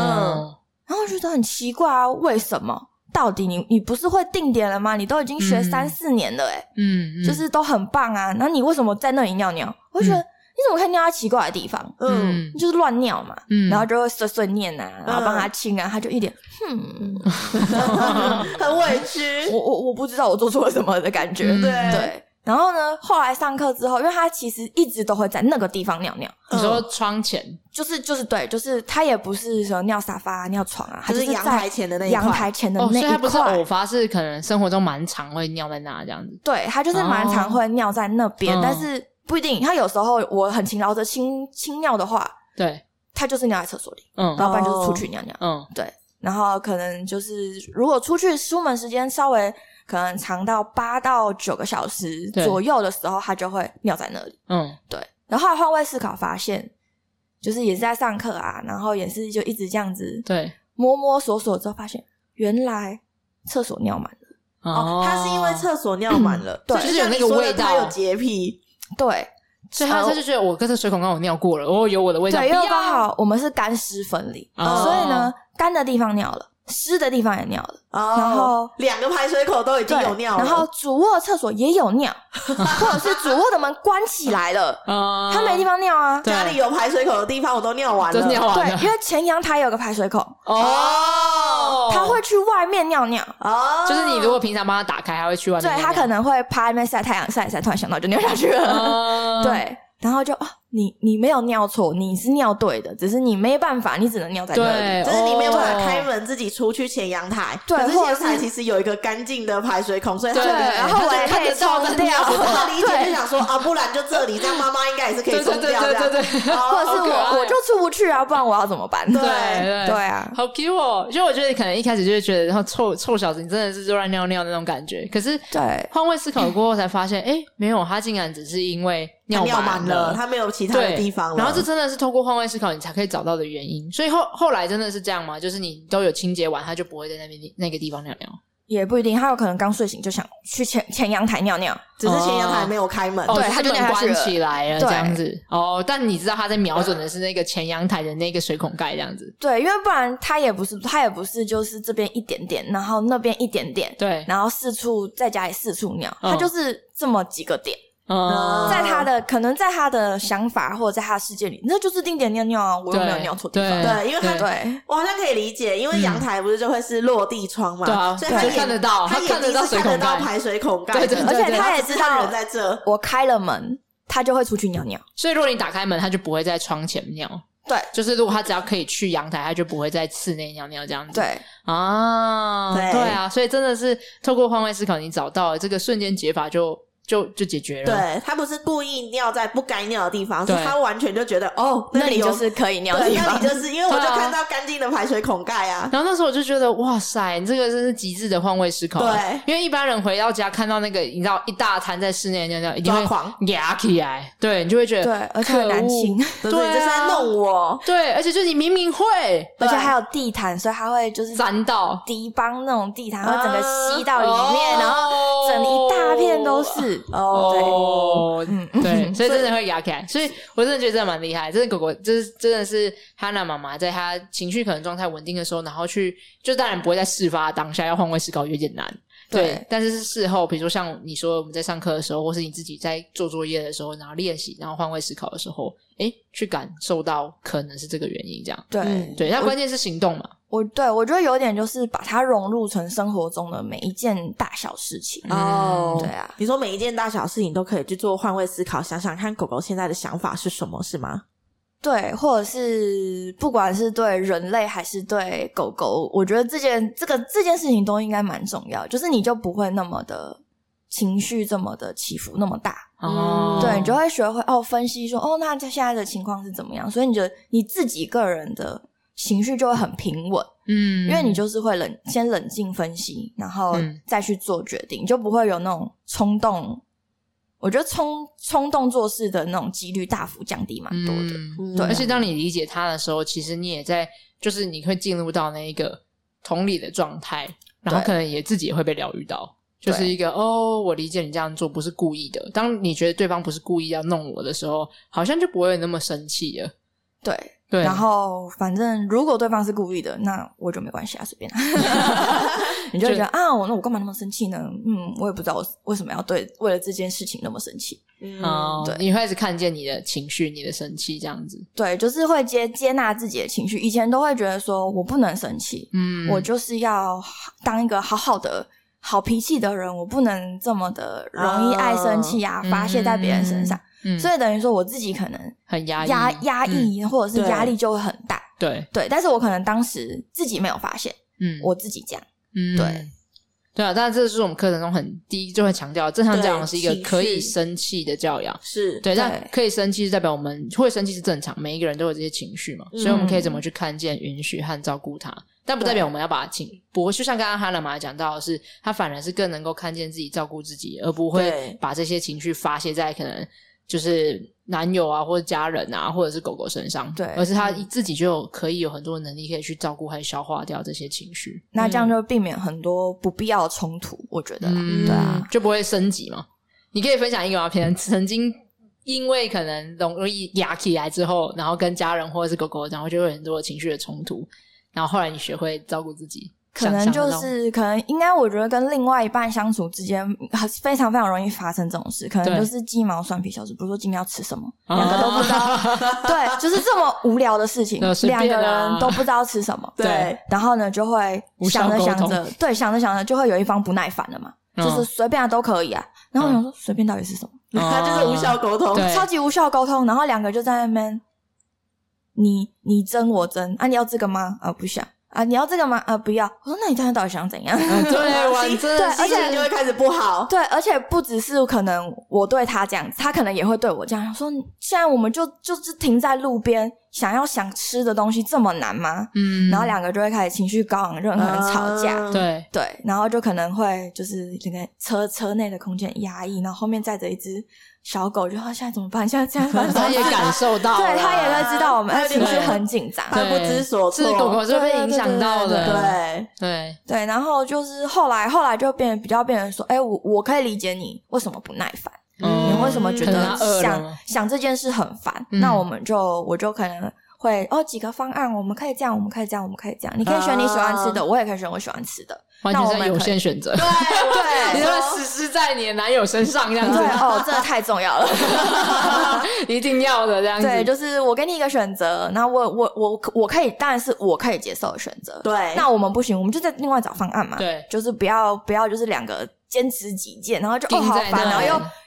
S3: 然后我觉得很奇怪啊，为什么？到底你你不是会定点了吗？你都已经学
S1: 嗯
S3: 三四年了、欸，
S1: 嗯嗯，
S3: 就是都很棒啊，那你为什么在那里尿尿？我就觉得、你怎么可以尿在奇怪的地方？
S2: 嗯，
S1: 嗯
S3: 就是乱尿嘛，
S1: 嗯，
S3: 然后就会碎碎念啊，然后帮他清啊，他就一脸，
S1: 嗯
S3: 哼，嗯
S2: (laughs) 很委
S3: (laughs)
S2: 屈
S3: 我，我我不知道我做错了什么的感觉。
S1: 嗯
S2: 对，
S3: 对，然后呢，后来上课之后，因为他其实一直都会在那个地方尿尿，
S1: 你说窗前，
S3: 就是就是对，就是他也不是说尿沙发、啊、尿床啊，他
S2: 就是
S3: 在
S2: 阳台前的那一块
S3: 阳台前的
S1: 哦，
S3: 那
S1: 所以它
S3: 一
S1: 不是
S3: 块，
S1: 偶发，是可能生活中蛮常会尿在那这样子。
S3: 对他就是蛮常会尿在那边，
S1: 哦
S3: 但是不一定。他有时候我很勤劳的清清尿的话，
S1: 对，
S3: 他就是尿在厕所里，
S1: 嗯
S3: 然后不然就是出去尿尿。
S1: 嗯
S3: 然后可能就是如果出去出门时间稍微可能长到八到九个小时
S1: 对
S3: 左右的时候，他就会尿在那里。
S1: 嗯
S3: 对，然后后来换位思考发现，就是也是在上课啊，然后也是就一直这样子
S1: 对。
S3: 摸摸索索之后，发现原来厕所尿满了。
S2: 哦，他是因为厕所尿满了，
S3: 对
S1: 就是有那个味道
S2: 他有洁癖，
S3: 对
S1: 所以他他就觉得我跟这水桶刚我尿过了，哦，有我的味道。
S3: 对，因为
S1: 不要
S3: 刚好我们是干湿分离，
S1: 哦
S3: 所以呢，干的地方尿了，湿的地方也尿了，
S2: 哦
S3: 然后
S2: 两个排水口都已经
S3: 对
S2: 有尿了，
S3: 然后主卧厕所也有
S1: (laughs)
S3: 尿，或者是主卧的门关起来了，
S1: 啊，
S3: 他没地方尿啊。
S1: 对
S2: 家里有排水口的地方我都尿完
S1: 都
S2: 了，
S1: 尿
S3: 对
S1: (laughs) 完了，
S3: 因为前阳台有个排水口，
S1: 哦，
S3: 他会去外面尿尿。
S2: 哦，
S1: 就是你如果平常帮他打开，他会去外面
S3: 对
S1: 尿尿。
S3: 他可能会趴在那边晒太阳，晒一晒，突然想到就尿下去了。
S1: 哦，
S3: (laughs) 对，然后就哦，你你没有尿错，你是尿对的，只是你没办法，你只能尿在那
S1: 对，
S3: 里。
S2: 就是你没有办法
S1: 哦
S2: 开。门自己出去前阳台，
S3: 对
S2: 可是
S3: 或者
S2: 阳台
S3: 是
S2: 其实有一个干净的排水孔，所以他
S1: 对
S3: 对，
S2: 就
S3: 然后我也可以冲掉，
S2: 我
S1: (laughs)
S2: 的理解就
S3: 对，
S2: 想说啊，不然就这里，这样妈妈应该也是可以
S1: 对对
S2: 冲
S1: 对
S2: 掉这
S1: 对对
S2: 样。
S1: 对，
S3: 或
S2: 哦
S3: 者是
S1: 好可爱
S3: 我我就出不去啊，不然我要怎么办？
S2: 对
S1: 对
S3: 对啊，
S1: 好 Q 哦！就我觉得可能一开始就会觉得，然后臭臭小子，你真的是就乱尿尿那种感觉。可是
S3: 对
S1: 换位思考过后才发现，哎，没有，他竟然只是因为
S2: 他
S1: 尿
S2: 尿
S1: 满
S2: 满了，他没有其他
S1: 对
S2: 的地方了。
S1: 然后这真的是通过换位思考，你才可以找到的原因。所以后后来真的是这样吗？就是你都有清洁完，他就不会在那边那个地方尿尿。
S3: 也不一定，他有可能刚睡醒就想去前前阳台尿尿，
S2: 只是前阳台没有开门，
S1: 哦
S3: 呃对
S1: 是
S3: 他就
S1: 门
S3: 尿下去
S1: 关
S3: 了
S1: 起来了，
S3: 对
S1: 这样子。哦，但你知道他在瞄准的是那个前阳台的那个水孔盖，这样子。
S3: 对，因为不然他也不是他也不是就是这边一点点，然后那边一点点，
S1: 对，
S3: 然后四处在家里四处尿，
S1: 嗯
S3: 他就是这么几个点，
S1: 嗯，
S3: 在他的可能在他的想法或者在他的世界里，那就是定点尿尿啊，我又没有
S1: 对
S3: 尿错地方，
S2: 对因为他
S1: 对
S3: 对
S2: 我好像可以理解，因为阳台不是就会是落地窗嘛，
S1: 对啊
S2: 所以他
S1: 对
S2: 眼
S1: 看得到
S2: 他
S1: 他看
S2: 眼
S1: 得
S2: 睛
S1: 到
S2: 是
S1: 水
S2: 看得
S1: 孔
S2: 到
S1: 盖
S2: 排水孔盖的，
S1: 对对对
S3: 而且他也
S2: 只
S3: 知
S2: 是他
S3: 道
S2: 人在这，
S3: 我开了门，他就会出去尿尿，
S1: 所以如果你打开门，他就不会在窗前尿。
S3: 对
S1: 就是如果他只要可以去阳台，他就不会在室内尿尿这样子。
S3: 对
S1: 啊，
S2: 对
S1: 啊，所以真的是透过换位思考，你找到了这个瞬间解法就，就就解决了。
S2: 对他不是故意尿在不该尿的地方，是
S1: 对
S2: 他完全就觉得哦，
S3: 那
S2: 里
S3: 里
S2: 有
S3: 就是可以尿的
S2: 对，
S3: 地
S2: 那
S3: 方
S2: 里，
S3: (laughs)
S2: 就是因为我就
S1: 对啊
S2: 看到干净的排水孔盖啊，
S1: 然后那时候我就觉得，哇塞，你这个真是极致的换位思考。啊
S2: 对，
S1: 因为一般人回到家看到那个，你知道一大滩在室内尿尿，一定
S2: 抓
S1: 会
S2: 狂，
S1: 压起来，对，你就会觉得
S3: 对，而且很难 (laughs) 清，
S1: 可恶，
S2: 就是你这是在弄我，
S1: 对，而且就是你明明会
S3: 而且
S2: 对
S3: 还有地毯，所以他会就是
S1: 沾到
S3: 敌帮那种地毯，会整个
S2: 啊
S3: 吸到里面，然后
S1: 后
S3: 整一大片都是哦，
S1: 哦，
S3: 对，嗯，
S1: 对，
S3: (laughs) 嗯，
S1: 所以真的会压起来，所以我真的觉得真的蛮厉害。真的狗狗，就是真的是哈娜妈妈，在她情绪可能状态稳定的时候，然后去就当然不会在事发当下要换位思考有点难，对。
S3: 对
S1: 但是是事后，比如说像你说我们在上课的时候，或是你自己在做作业的时候，然后练习，然后换位思考的时候，诶，去感受到可能是这个原因，这样
S3: 对
S2: 嗯
S1: 对。但关键是行动嘛，
S3: 我对我觉得有点就是把它融入成生活中的每一件大小事情，
S1: 嗯
S2: 哦，
S3: 对啊，
S2: 你说每一件大小事情都可以去做换位思考，想想看狗狗现在的想法是什么，是吗？
S3: 对，或者是不管是对人类还是对狗狗，我觉得这件这个这件事情都应该蛮重要，就是你就不会那么的情绪这么的起伏那么大，
S1: 哦，
S3: 嗯对你就会学会哦分析说哦，那它现在的情况是怎么样，所以你觉得你自己个人的情绪就会很平稳，
S1: 嗯，
S3: 因为你就是会冷先冷静分析，然后
S1: 嗯
S3: 再去做决定，你就不会有那种冲动。我觉得冲冲动做事的那种几率大幅降低蛮多的。
S1: 嗯
S2: 嗯
S3: 对啊
S1: 而且当你理解他的时候，其实你也在，就是你会进入到那一个同理的状态，然后
S3: 对
S1: 可能也自己也会被疗愈到，就
S3: 对
S1: 是一个哦，我理解你这样做不是故意的。当你觉得对方不是故意要弄我的时候，好像就不会那么生气了。
S3: 对，
S1: 对，
S3: 然后反正如果对方是故意的，那我就没关系啊，随便、
S1: (laughs)
S3: 啊。你就会觉得啊，我那我干嘛那么生气呢？嗯，我也不知道我为什么要对为了这件事情那么生气。
S2: 嗯，
S1: 哦，
S3: 对
S1: 你会开始看见你的情绪、你的生气这样子。
S3: 对，就是会接接纳自己的情绪。以前都会觉得说我不能生气，
S1: 嗯，
S3: 我就是要当一个好好的、好脾气的人，我不能这么的容易爱生气啊，
S1: 嗯
S3: 发泄在别人身上。
S1: 嗯
S3: 所以等于说我自己可能
S1: 很压抑
S3: 压压
S1: 嗯
S3: 抑，或者是
S2: 对
S3: 压力就会很大。
S1: 对，
S3: 对，但是我可能当时自己没有发现，
S1: 嗯，
S3: 我自己这样。
S1: 嗯
S3: 对。
S1: 对啊，但是这是我们课程中很第一就会强调，正向教养是一个
S2: 对
S1: 可以
S2: 情绪
S1: 生气的教养。
S2: 是
S1: 对，但
S3: 对
S1: 可以生气是代表我们会生气是正常，每一个人都有这些情绪嘛，
S2: 嗯
S1: 所以我们可以怎么去看见、允许和照顾他，但不代表我们要把情不会，就像刚刚哈兰玛讲到的是，他反而是更能够看见自己、照顾自己，而不会
S2: 对
S1: 把这些情绪发泄在可能就是男友啊，或者家人啊，或者是狗狗身上，
S3: 对嗯
S1: 而是他自己就有可以有很多能力可以去照顾和消化掉这些情绪，
S3: 那这样就避免很多不必要的冲突，我觉得啦。
S1: 嗯，
S3: 对啊，
S1: 就不会升级嘛。你可以分享一个吗？平常曾经因为可能容易压起来之后，然后跟家人或者是狗狗，然后就会有很多情绪的冲突，然后后来你学会照顾自己，
S3: 可能
S1: 想象
S3: 就
S1: 得到
S3: 是可能应该，我觉得跟另外一半相处之间，很非常非常容易发生这种事。可
S1: 对
S3: 能就是鸡毛蒜皮小事，比如说今天要吃什么，
S1: 啊
S3: 两个都不知
S1: (laughs)
S3: 道，对，就是这么无聊的事情
S1: 那，随便
S3: 两
S1: 啊
S3: 个人都不知道吃什么，
S1: (laughs) 对
S3: 对，然后呢就会
S1: 无效
S3: 想着
S1: 沟
S3: 想
S1: 通
S3: 着，对，想着想着就会有一方不耐烦了嘛，
S1: 嗯
S3: 就是随便啊都可以啊。然后我想说，随便到底是什么？
S2: 他就是无效沟通，
S1: 对
S3: 超级无效沟通，然后两个就在那边，你你争我争啊，你要这个吗？啊，不想啊，你要这个吗？啊，不要。我说那你现在到底想怎样？
S1: 嗯
S2: (laughs)
S1: 对，我
S2: 心
S1: 真的
S3: 对
S1: 是
S3: 而且
S2: 心情就会开始不好。
S3: 对，而且不只是可能我对他这样，他可能也会对我这样。说现在我们就就是停在路边，想要想吃的东西这么难吗？
S1: 嗯，啊
S3: 然后两个就会开始情绪高昂，就很吵架。
S2: 嗯，
S1: 对
S3: 对，然后就可能会就是整个车车内的空间压抑，然后后面载着一只小狗，就啊说现在怎么办？现在这样发生
S1: (laughs)
S3: 什
S1: 他
S3: 么事
S1: 也感受到了，
S3: 对啊他也会知道我们
S2: 他有
S3: 情
S2: 点
S3: 绪很紧张。
S2: 他不知所
S1: 是
S2: 措
S1: 狗狗是被
S3: 对对
S1: 影响到
S3: 对
S1: 的，
S2: 对，
S1: 对
S3: 对，然后就是后来后来就变比较变成说，哎、我我可以理解你为什么不耐烦，
S1: 嗯
S3: 你为什么觉
S1: 可能
S3: 得
S1: 他饿了
S3: 想
S1: 吗
S3: 想这件事很烦？
S1: 嗯
S3: 那我们就我就可能会哦几个方案，我们可以这样，我们可以这样，我们可以这样，你可以选你喜欢吃
S1: 啊
S3: 的，我也可以选我喜欢吃的。
S1: 完
S3: 那我
S1: 全是
S3: 们
S1: 有
S3: 可以
S1: 限选择，
S3: 对
S1: 你
S3: 对
S1: 要实施在你的男友身上这样
S3: 对
S1: 子，
S3: 哦，这太
S1: (laughs)
S3: 重要了。
S1: 一定要的这样子，
S3: 对，就是我给你一个选择，那我我我我可以，当然是我可以接受的选择。
S2: 对，
S3: 那我们不行，我们就在另外找方案嘛。
S1: 对
S3: 就是不要不要，就是两个坚持己见，然后就哦
S1: 定
S3: 好
S1: 在
S3: 烦，然
S1: 那
S3: 后
S1: 里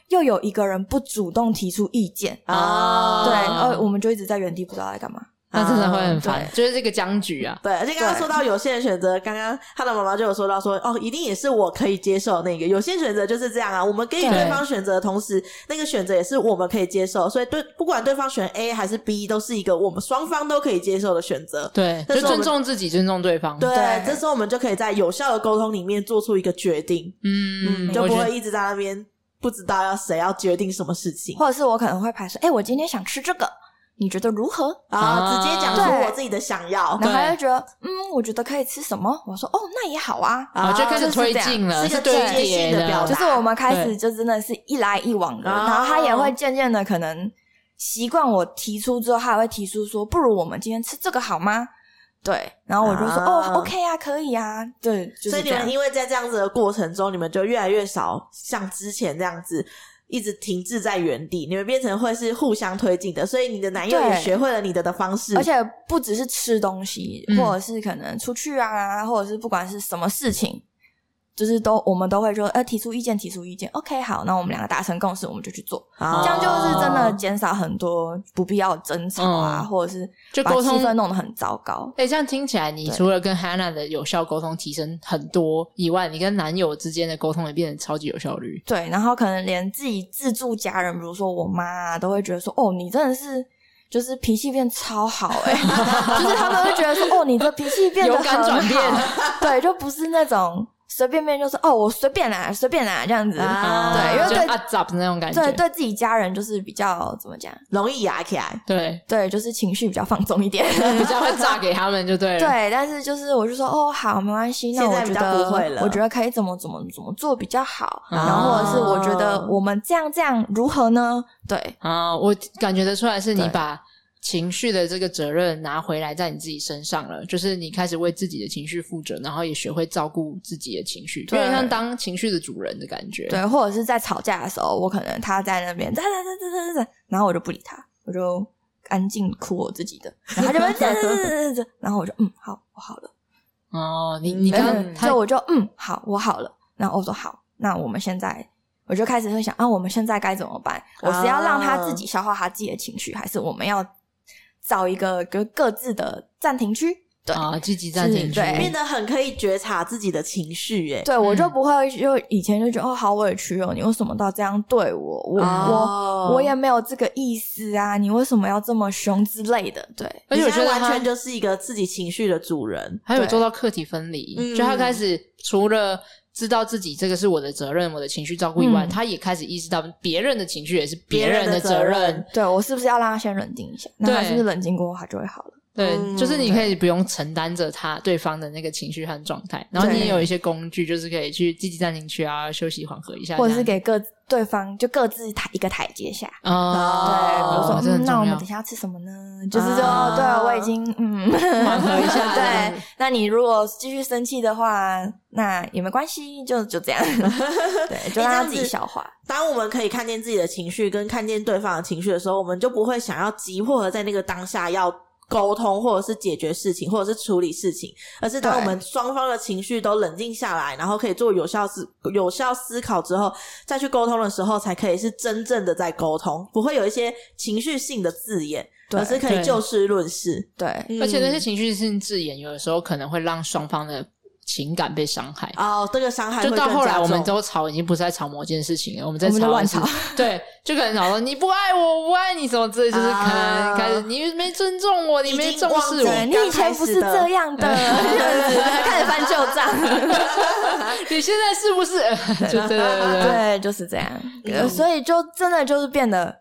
S3: 又又有一个人不主动提出意见，
S2: 啊，
S3: 对，
S1: 啊
S3: 呃，我们就一直在原地不知道在干嘛。
S1: 那真的会很
S2: 啊
S1: 烦，就是这个僵局啊，
S2: 对，而且刚刚
S3: 对
S2: 说到有限选择，刚刚他的妈妈就有说到说，哦，一定也是我可以接受那个有限选择就是这样啊。我们给予
S1: 对
S2: 对方选择的同时，那个选择也是我们可以接受，所以对，不管对方选 A 还是 B，都是一个我们双方都可以接受的选择。
S1: 对，
S2: 但
S1: 就是
S2: 我
S1: 尊
S2: 们
S1: 重自己，尊重对方。
S2: 对，
S3: 对
S2: 这时候我们就可以在有效的沟通里面做出一个决定，
S1: 嗯，
S2: 嗯，就
S1: 我
S2: 不
S1: 觉得
S2: 会一直在那边不知道要谁要决定什么事情
S3: 或者是我可能会排说，哎，我今天想吃这个，你觉得如何？
S2: 啊，直接讲出
S3: 对
S2: 我自己的想要
S3: 然后他
S1: 对
S3: 就觉得，嗯，我觉得可以吃什么？我说，哦，那也好啊。
S1: 啊，
S2: 啊，
S1: 就开始
S3: 就是
S1: 推
S3: 这样
S1: 进了，
S2: 是一个
S1: 对啊
S2: 间
S1: 叠
S2: 接性的表达
S3: 就是我们开
S1: 对
S3: 始就真的是一来一往的，
S2: 哦
S3: 然后他也会渐渐的可能习惯我提出之后，他还会提出说，不如我们今天吃这个好吗？对，然后我就说，
S2: 哦
S3: 哦，OK 啊，可以啊，对，就
S2: 所以
S3: 是
S2: 你
S3: 这样
S2: 们。因为在这样子的过程中，你们就越来越少像之前这样子一直停滞在原地，你们变成会是互相推进的。所以你的男友
S3: 对
S2: 也学会了你的的方式，
S3: 而且不只是吃东西，
S1: 嗯
S3: 或者是可能出去啊，或者是不管是什么事情，就是都我们都会说，呃，提出意见，提出意见，OK，好，那我们两个达成共识，我们就去做，
S2: 啊
S3: 这样就是真的减少很多不必要的争吵
S1: 哦
S3: 啊，
S1: 嗯
S3: 或者是
S1: 就
S3: 把
S1: 沟
S3: 气
S1: 通
S3: 氛弄得很糟糕。
S1: 哎、这样听起来，你
S3: 对
S1: 除了跟 Hannah 的有效沟通提升很多以外，你跟男友之间的沟通也变得超级有效率。
S3: 对，然后可能连自己自助家人，比如说我妈、啊，都会觉得说，哦，你真的是。就是脾气变超好哎、 (laughs) 就是他们会觉得说，哦，你的脾气变得
S1: 有感转
S3: 很
S1: 变
S3: 好， (laughs) 对，就不是那种随便便就是哦，我随便啦，随便啦这样子，
S2: 啊
S3: 对因为
S1: 就
S3: 对
S1: 阿杂的那种感觉，
S3: 对，对自己家人就是比较怎么讲，
S2: 容易压起来。
S1: 对，
S3: 对，就是情绪比较放纵一点，
S2: (laughs)
S1: 比较会炸给他们就对了。
S3: 对，但是就是我就说哦，好，没关系，那
S2: 现
S3: 我
S2: 在
S3: 觉
S2: 比较
S3: 得
S2: 不会了哦
S3: 我觉得可以怎么怎么怎么做比较好，
S1: 啊
S3: 然后或者是我觉得我们这样这样如何呢？对，
S1: 啊，我感觉得出来是你
S3: 对
S1: 把情绪的这个责任拿回来在你自己身上了，就是你开始为自己的情绪负责，然后也学会照顾自己的情绪，有
S3: 对
S1: 点像当情绪的主人的感觉。，
S3: 对，或者是在吵架的时候，我可能他在那边在在在在在在，然后我就不理他，我就安静哭我自己
S2: (laughs)
S3: 的，然后他就在在在在在，然后我就嗯好，我好了，
S1: 哦，你你
S2: 嗯
S1: 刚
S3: 嗯，
S1: 刚他
S3: 就我就嗯好，我好了，然后我说好，那我们现在。我就开始会想啊，我们现在该怎么办？我是要让他自
S1: 啊
S3: 己消化他自己的情绪，还是我们要找一个就各自的暂停区？对，
S1: 啊，积极暂停
S3: 是
S1: 区，
S3: 对
S2: 变得很可以觉察自己的情绪，哎，
S3: 对我就
S1: 嗯
S3: 不会就以前就觉得哦，好委屈哦，你为什么都要这样对我？我、
S2: 哦
S3: 我我也没有这个意思啊，你为什么要这么凶之类的？对，
S1: 而且我觉得
S2: 你现
S1: 他
S2: 在完全就是一个自己情绪的主人，
S1: 还有做到课题分离，
S2: 嗯
S1: 就他开始除了知道自己这个是我的责任，我的情绪照顾以外，
S3: 嗯
S1: 他也开始意识到别人的情绪也是
S2: 别
S1: 别
S2: 人
S1: 人
S2: 的
S1: 的
S2: 责
S1: 责
S2: 任
S1: 任。
S3: 对我是不是要让他先冷静一下？那他
S1: 对
S3: 是不是冷静过后他就会好了？
S1: 对，
S2: 嗯
S1: 就是你可以不用承担着他对方的那个情绪和状态，然后你也有一些工具，就是可以去积极暂停区啊，休息缓和一下这样，
S3: 或者是给各对方就各自抬一个台阶下。对，
S1: 啊，
S3: 比如说、
S1: 这
S3: 嗯
S1: 很
S3: 那我
S1: 重
S3: 们
S1: 要
S3: 等一。下要吃什么呢？ (laughs) 就是说，
S2: 啊
S3: 对我已经嗯，
S1: 缓和一下
S3: (laughs) 对，那你如果继续生气的话，那也没关系，就就这样， (laughs) 对，就让他自己消化。
S2: 当我们可以看见自己的情绪跟看见对方的情绪的时候，我们就不会想要急迫的在那个当下要沟通，或者是解决事情，或者是处理事情，而是当
S3: 对
S2: 我们双方的情绪都冷静下来，然后可以做有效思有效思考之后，再去沟通的时候，才可以是真正的在沟通，不会有一些情绪性的字眼，
S3: 对
S2: 而是可以
S1: 对
S2: 就事论事。
S3: 对，
S1: 而且那些
S2: 嗯
S1: 情绪性字眼，有的时候可能会让双方的情感被伤害。
S2: 哦，这个伤害
S1: 就
S2: 会
S1: 到
S2: 更
S1: 后
S2: 加
S1: 来，我们
S2: 重
S1: 都吵，已经不是在吵某件事情了，我们在
S3: 我们在
S1: 吵
S3: 乱
S1: 的是
S3: 吵
S1: 对，就可能吵说你不爱我，我不爱你什么之类，就是可
S2: 啊
S1: 能开始你没尊重我，你
S2: 已
S1: 没
S2: 经
S1: 重
S2: 忘
S1: 视
S2: 记
S1: 我
S2: 了，
S3: 对你以前不是这样 (laughs) 的，开始翻旧账，
S1: 你现在是不是？ (laughs) 就对对对对，
S3: (laughs) 对，就是这样。
S2: 嗯
S3: 呃所以就真的就是变得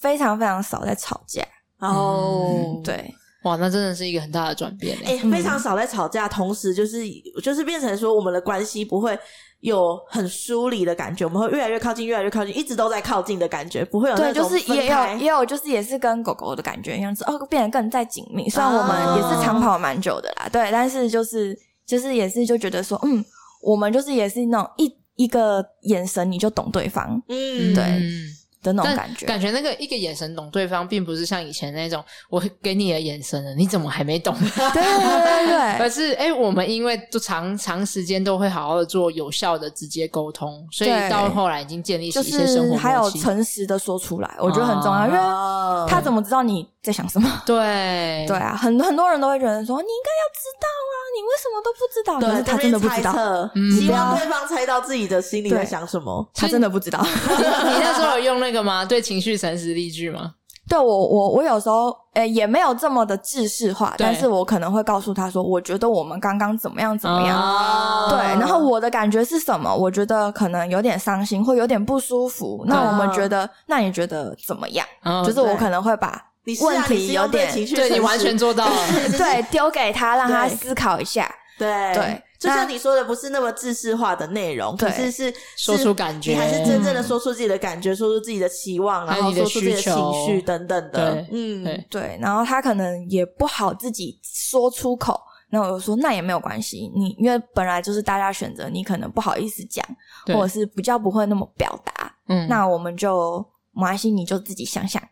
S3: 非常非常少在吵架，
S2: 哦
S1: 嗯，
S3: 对，
S1: 哇，那真的是一个很大的转变欸
S2: 哎、非
S3: 嗯
S2: 常少在吵架，同时就是就是变成说我们的关系不会有很疏离的感觉，我们会越来越靠近，越来越靠近，一直都在靠近的感觉，不会呃有那
S3: 对，
S2: 种
S3: 就是
S2: 分
S3: 也有
S2: 开
S3: 也有，就是也是跟狗狗的感觉一样，是哦，变得更再紧密。虽然我
S2: 哦
S3: 们也是长跑蛮久的啦，对，但是就是就是也是就觉得说，嗯，我们就是也是那种一一个眼神你就懂对方
S2: 嗯，
S3: 对
S1: 嗯
S3: 的那种
S1: 但
S3: 感觉，
S1: 感觉那个一个眼神懂对方，并不是像以前那种我给你的眼神了，你怎么还没懂？
S3: 对对
S1: (laughs)
S3: 对
S1: 而
S3: 对
S1: 是哎、诶我们因为就长长时间都会好好的做有效的直接沟通，所以
S3: 对
S1: 到后来已经建立
S3: 对，
S1: 起
S3: 就
S1: 一些生
S3: 是
S1: 活
S3: 还有
S1: 默契。啊
S3: 诚实的说出来，我觉得很重要，因为
S2: 哦
S3: 他怎么知道你在想什么？
S1: 对
S3: 对啊，很很多人都会觉得说你应该要知道啊，你为什么都不知道？
S2: 对
S3: 可是他真的不知
S2: 这边猜
S3: 道，啊
S2: 测
S1: 嗯
S2: 希望对方猜到自己的心里在想什么。
S3: 他真的不知道。
S1: 你 (laughs) 你那时候有用那个吗？对情绪诚实例句吗？
S3: 对我，我我有时候，呃、也没有这么的制式化，
S1: 对
S3: 但是我可能会告诉他说，我觉得我们刚刚怎么样怎么样，
S2: 哦
S1: 啊
S3: 对，然后我的感觉是什么？我觉得可能有点伤心，或有点不舒服。那我们
S1: 啊
S3: 觉得，那你觉得怎么样？
S1: 嗯
S3: 就是我
S2: 对
S3: 可能会
S1: (laughs)
S3: 把
S2: 你是啊
S3: 问
S2: 你
S3: 题
S2: 是
S3: 有
S2: 用对
S3: 点
S2: 情绪
S1: 对你
S2: 诚
S1: 完
S2: 实
S1: 全做到了，
S3: 对丢给他，让他
S2: 对
S3: 思考一下。
S2: 对
S3: 对
S2: 就
S3: 那
S2: 像你说的，不是那么自式化的内容，可是
S3: 对
S2: 是
S1: 说
S2: 是
S1: 出感觉嗯
S2: 你还是真正的说出自己的感觉，说出自己的期望，然
S1: 还有
S2: 后
S1: 你的
S2: 说出自己的
S1: 需
S2: 情
S1: 求
S2: 绪等等的
S1: 对，
S2: 嗯
S1: 对，
S3: 对，然后他可能也不好自己说出口。那我就说，那也没有关系，你因为本来就是大家选择，你可能不好意思讲，
S1: 对
S3: 或者是比较不会那么表达。
S1: 嗯
S3: 那我们就没关系，你就自己想想。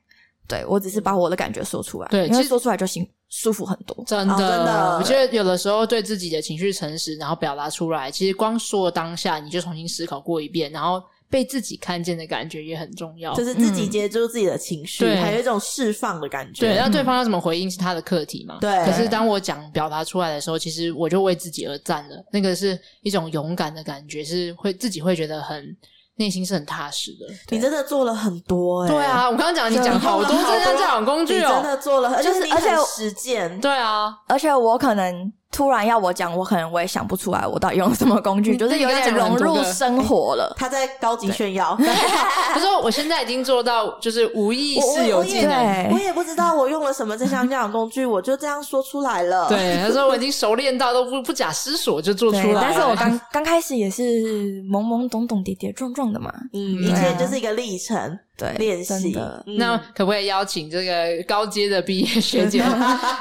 S3: 对我只是把我的感觉说出来，
S1: 对
S3: 因为
S1: 其实
S3: 说出来就心舒服很多。
S1: 真的，
S2: 哦真的
S1: 我觉得有的时候对自己的情绪诚实，然后表达出来，其实光说当下，你就重新思考过一遍，然后被自己看见的感觉也很重要。
S2: 就是自己
S3: 嗯
S2: 接住自己的情绪，
S1: 对
S2: 还有一种释放的感觉。
S1: 对，那对方要怎么回应是他的课题嘛。
S2: 嗯对
S1: 可是当我讲表达出来的时候，其实我就为自己而战了，那个是一种勇敢的感觉，是会自己会觉得很内心是很踏实的。
S2: 你真的做了很多哎、
S1: 对啊，我刚刚讲你讲好多
S2: 你用了好
S1: 这
S2: 多
S1: 样教养工具
S2: 你真
S1: 哦。
S2: 的做了很，而且
S3: 就是
S2: 你很
S3: 而且我
S2: 实践，
S1: 对啊，
S3: 而且我可能突然要我讲，我可能我也想不出来我到底用什么工具，
S1: 你
S3: 就是有点融入生
S1: (laughs)
S3: 活了。
S2: 他在高级炫耀。
S1: 他说我现在已经做到就是无意
S2: 哎我
S1: 识有
S2: 我
S1: 技
S2: 也
S1: 能。
S2: (laughs)
S3: 对
S2: 我也不知道我用了什么这项教养工具，我就这样说出来了。，
S1: 对，他说我已经熟练到都不不假思索就做出来
S3: 对，
S1: 了。
S3: 但是我刚刚开始也是懵懵懂懂、跌跌撞撞的嘛。
S2: 嗯，一
S1: 对
S2: 切
S3: 啊
S2: 就是一个历程。
S3: 对，
S2: 练习
S3: 真的。
S2: 嗯
S1: 那可不可以邀请这个高阶的毕业学
S2: (laughs)
S1: 姐，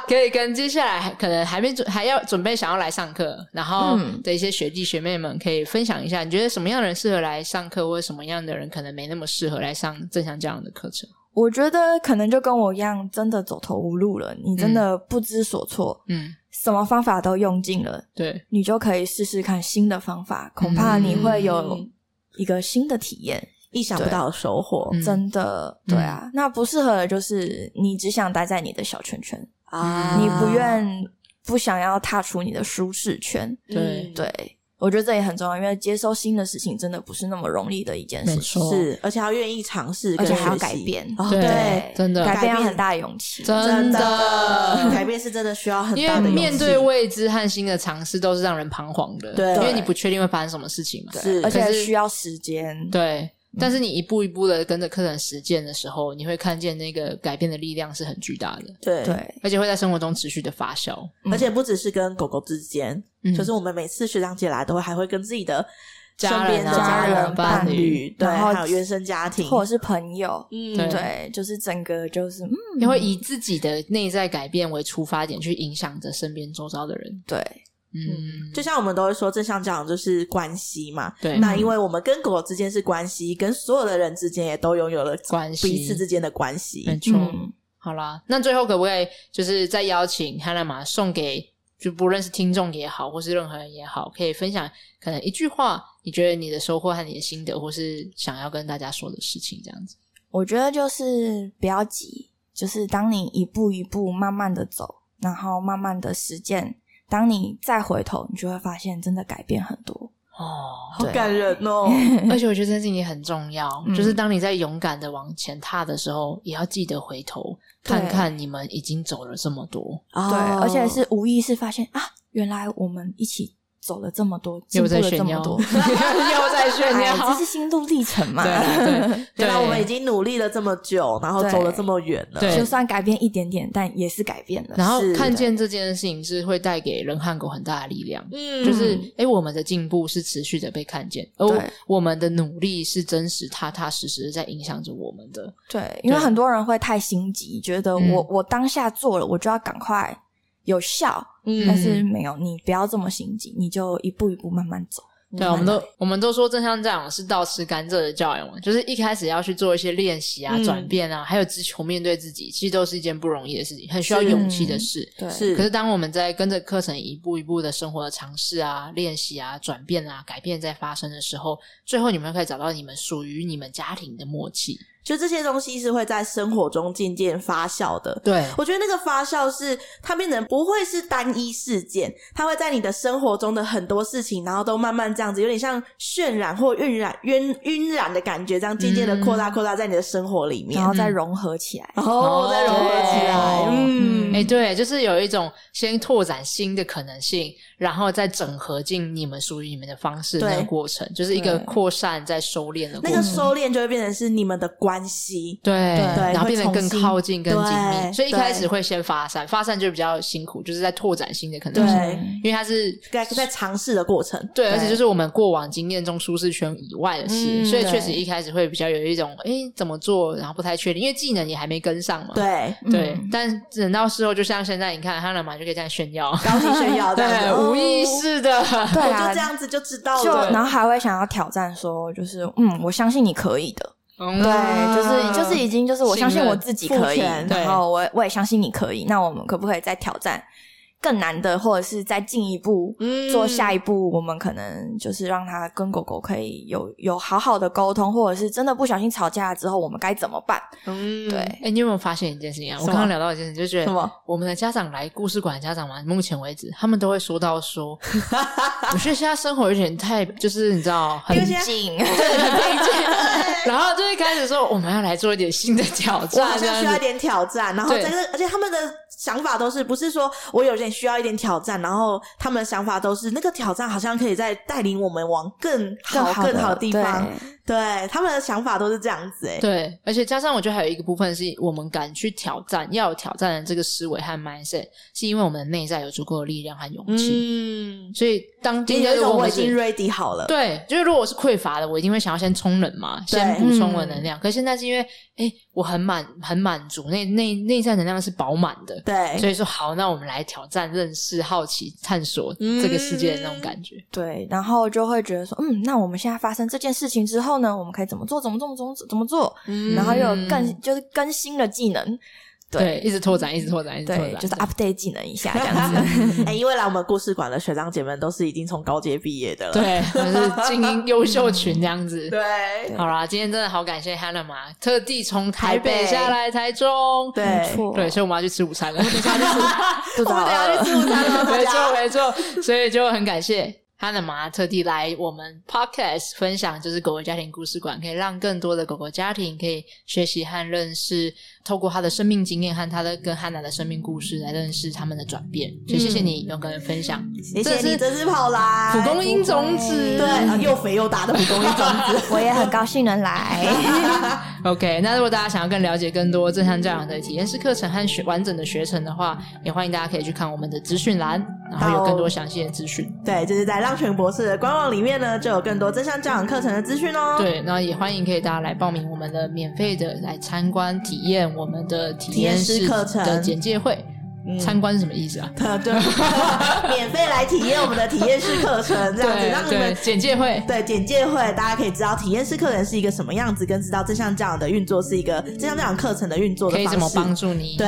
S1: 可以跟接下来可能还没准还要准备想要来上课，然后
S3: 嗯
S1: 的一些学弟学妹们，可以分享一下，你觉得什么样的人适合来上课，或者什么样的人可能没那么适合来上正向教养的课程？
S3: 我觉得可能就跟我一样，真的走投无路了，你真的不知所措，
S1: 嗯，
S3: 什么方法都用尽了，
S1: 对，
S3: 你就可以试试看新的方法，恐怕你会有
S2: 嗯
S3: 一个新的体验。哦
S2: 意想不到的收获
S1: 嗯
S3: 真的，
S1: 嗯
S3: 对啊，那不适合的就是你只想待在你的小圈圈，
S2: 啊！
S3: 你不愿不想要踏出你的舒适圈。
S1: 对
S2: 嗯
S3: 对，我觉得这也很重要，因为接收新的事情真的不是那么容易的一件事
S1: 没
S3: 情，
S1: 错，
S2: 是，而且要愿意尝试，
S3: 而且还要改。变。
S2: 哦，
S1: 对
S2: 对，
S1: 真的
S3: 改变要
S2: 改变
S3: 很大勇气。
S1: 真
S2: 的
S1: 的。
S2: 改变是真的需要很
S1: 因
S2: 大的
S1: 为
S2: 勇
S1: 面
S2: 气
S1: 对未知和新的尝试都是让人彷徨的，
S2: 对
S1: 因为你不确定会发生什么事情嘛。
S2: 是
S3: 而
S1: 可
S3: 且
S1: 是
S3: 需要时间。
S1: 对，
S2: 嗯
S1: 但是你一步一步的跟着课程实践的时候，你会看见那个改变的力量是很巨大的，
S2: 对
S3: 对，嗯
S1: 而且会在生活中持续的发酵。
S2: 而且不只是跟狗狗之间，
S1: 嗯
S2: 就是我们每次学长姐来都会还会跟自己的身
S1: 家人
S2: 边
S1: 啊
S2: 的
S3: 家人
S2: 人、伴
S3: 伴
S2: 侣，对，
S3: 然后
S2: 还有原生家庭，
S3: 或者是朋友，
S2: 嗯，
S1: 对
S3: 对，就是整个就是嗯，
S1: 也会以自己的内在改变为出发点，去影响着身边周遭的人。
S3: 对
S1: 嗯，
S2: 就像我们都会说，正向教养就是关系嘛。
S1: 对
S2: 那因为我们跟狗狗之间是关系，跟所有的人之间也都拥有了
S1: 关系
S2: 彼此之间的关系。
S1: 没错。
S3: 嗯，
S1: 好啦，那最后可不可以就是再邀请汉娜玛送给就不论是听众也好，或是任何人也好，可以分享可能一句话，你觉得你的收获和你的心得，或是想要跟大家说的事情，这样子。
S3: 我觉得就是不要急，就是当你一步一步慢慢的走，然后慢慢的实践，当你再回头，你就会发现真的改变很多。
S1: 哦，
S2: 好感人
S1: (laughs)
S2: 哦！
S1: 而且我觉得这件事情很重要，
S3: 嗯
S1: 就是当你在勇敢的往前踏的时候，也要记得回头
S3: 对
S1: 看看你们已经走了这么多，
S2: 哦
S3: 对，而且
S2: (laughs)
S3: 是无意识发现啊，原来我们一起走了这么多，进
S1: 又
S3: 步
S1: 在
S3: 了
S1: 炫
S3: 这么
S1: 耀，
S3: 多，
S1: 又在炫
S3: 哎，
S1: 耀
S3: 这，是心路历程嘛。
S1: 对啦
S2: (laughs)
S1: 对
S2: 原来
S1: 对
S2: 我们已经努力了这么久，然后
S3: 对
S2: 走了这么远了。
S1: 对
S3: 就算改变一点点，但也是改变了。
S1: 然后
S2: 是
S1: 看
S2: 的
S1: 见这件事情是会带给人和狗很大的力量，
S2: 嗯
S1: 就是诶，我们的进步是持续的被看见，而我
S3: 对
S1: 我们的努力是真实、踏踏实实的在影响着我们的。
S3: 对，因为
S1: 对
S3: 很多人会太心急，觉得
S1: 嗯
S3: 我、我当下做了，我就要赶快有效，但
S2: 嗯，
S3: 是没有，你不要这么心急，你就一步一步慢慢走。
S2: 嗯
S1: 对啊，我们
S3: 慢慢
S1: 都我们都说正向教养是倒吃甘蔗的教养嘛，就是一开始要去做一些练习啊、
S2: 嗯
S1: 转变啊，还有直球面对自己，其实都是一件不容易的事情，很需要勇气的事。
S3: 对
S2: 是
S1: 可是当我们在跟着课程一步一步的生活的尝试啊、练习啊、转变啊、改变在发生的时候，最后你们可以找到你们属于你们家庭的默契。
S2: 就这些东西是会在生活中渐渐发酵的。
S1: 对
S2: 我觉得那个发酵是它变成不会是单一事件，它会在你的生活中的很多事情，然后都慢慢这样子，有点像渲染或晕染、晕晕染的感觉，这样渐渐的扩大、扩大在你的生活里
S1: 嗯
S2: 面
S3: 然，后再融合起来。
S2: 然后再融合起来
S1: 哦。
S2: 嗯，
S1: 哎、对，就是有一种先拓展新的可能性，然后再整合进你们属于你们的方式
S2: 对
S1: 那个过程，就是一个
S3: 对
S1: 扩散再收敛的过
S2: 那个
S1: 程。
S2: 收敛就会变成是你们的关系。
S1: 对，
S2: 对
S1: 然后
S2: 会
S1: 变得更
S2: 重新
S1: 靠近、更紧密，
S2: 对
S1: 所以一开始
S2: 对
S1: 会先发散，发散就比较辛苦，就是在拓展新的可能性，
S2: 对，
S3: 嗯
S1: 因为它是
S2: 在在尝试的过程，
S1: 对，而且
S3: 对
S1: 就是我们过往经验中舒适圈以外的事，
S2: 嗯
S1: 所以
S3: 对
S1: 确实一开始会比较有一种哎怎么做，然后不太确定，因为技能也还没跟上嘛。
S2: 对，
S1: 对
S3: 嗯
S1: 但等到事后，就像现在你看，汉娜玛就可以这样炫耀，
S2: 高级炫耀这
S1: (laughs)
S2: 样子，
S1: 对，
S2: 哦
S1: 无意，识的，
S3: 对
S2: 我
S3: 啊，
S2: 就这样子就知道
S3: 就
S2: 了。
S3: 然后还会想要挑战说，就是嗯，我相信你可以的。
S1: 嗯
S3: 对，就是就是已经就是我相信我自己可以，
S2: 信任
S1: 对
S3: 然后我我也相信你可以。那我们可不可以再挑战更难的，或者是再进一步？
S2: 嗯
S3: 做下一步，我们可能就是让他跟狗狗可以有有好好的沟通，或者是真的不小心吵架了之后，我们该怎么办？
S2: 嗯
S3: 对，
S1: 哎、你有没有发现一件事情啊？我
S2: 什么
S1: 刚刚聊到一件事情，就觉
S2: 什
S1: 得
S2: 么
S1: 我们的家长来故事馆的家长嘛，目前为止他们都会说到
S3: (laughs)
S1: 说，我觉得现在生活有点太，就是你知道，很
S2: 因为现在
S3: 静，
S1: 然后就会开始说我们要来做一点新的挑
S2: 我
S1: 战，
S2: 好像需
S1: 这
S2: 要
S1: 样
S2: 一
S1: 子
S2: 点挑战，然后
S1: 对
S2: 在这，而且他们的想法都是不是说我有点需要一点挑战，然后他们的想法都是那个挑战好像可以再带领我们往更好
S3: 更好的
S2: 更好的地方。对，他们的想法都是这样子哎、
S1: 对，而且加上我觉得还有一个部分是我们敢去挑战，要有挑战的这个思维和 mindset，是因为我们的内在有足够的力量和勇气。
S2: 嗯，
S1: 所以当今
S2: 今
S1: 天
S2: 天有一
S1: 如果
S2: 种
S1: 我
S2: 我
S1: 们
S2: 已
S1: 是
S2: 经 ready 好了，
S1: 对，就是如果我是匮乏的，我一定会想要先充能嘛，
S2: 对嗯
S1: 先补充我的能量。可是现在是因为，哎、我很满很满足，内内内在能量是饱满的，
S2: 对
S1: 所以说好，那我们来挑战、认识、好奇、探索这个世界的那
S2: 嗯
S1: 种感觉。
S3: 对，然后就会觉得说，嗯，那我们现在发生这件事情之后呢，我们可以怎么做？怎么做？怎么做？怎么做？
S2: 嗯
S3: 然后又有
S1: 嗯
S3: 更就是更新的技能，
S1: 对，一直拓展，一直拓展，一直拓
S3: 对
S1: 展，，
S3: 就是 update 技能一下
S2: (laughs)
S3: (laughs) 这样子。
S2: 哎、因为来我们故事馆的学长姐们都是已经从高阶毕业的
S1: (laughs)
S2: 了，
S1: 对，就是精英优秀群这样子。
S2: 嗯对
S1: 好啦，今天真的好感谢 Hannah 嘛，特地从台
S2: 台
S1: 北
S2: 北
S1: 下来台中。
S2: 对
S3: 没错，
S1: 对，所以我们要去吃午餐了。
S3: 肚
S2: (laughs)
S3: 子
S2: 我们
S3: 好
S2: 等一
S3: 饿
S2: 下
S1: (laughs)
S2: 去吃午餐 (laughs) 了，大
S1: 没错
S2: 家
S1: 没错，所以就很感谢哈娜妈特地来我们 podcast 分享，就是狗狗家庭故事馆，可以让更多的狗狗家庭可以学习和认识，透过他的生命经验和他的跟汉娜的生命故事来认识他们的转变。所以谢谢
S2: 嗯
S1: 你有跟人分享，
S2: 谢谢你
S1: 这
S2: 这次跑来，
S1: 蒲公英种
S2: 哎对，
S1: 子。
S2: 啊又肥又大的蒲公英种子。
S1: (laughs)
S3: 我也很高兴能来。
S1: OK，那如果大家想要更了解更多正向教养的体验式课程和学完整的学程的话，也欢迎大家可以去看我们的资讯栏，然后有更多详细的资讯。
S2: 对，就是在浪犬博士的官网里面呢，就有更多真相教养课程的资讯哦。，
S1: 对，然后也欢迎可以大家来报名我们的免费的来参观体验我们的体验
S2: 体验
S1: 式
S2: 式课程
S1: 的简介会。参观是什么意思啊？
S2: 呃，嗯 (laughs) 对， (laughs) 免费来体验我们的体验式课程，这样子让你
S1: 对
S2: 们。
S1: 简介会。
S2: 对简介会，大家可以知道体验式课程是一个什么样子，跟知道正向教养的运作是一个正向教养课程的运作的
S1: 可以
S2: 方
S1: 怎
S2: 式。
S1: 么帮助你？
S2: 对，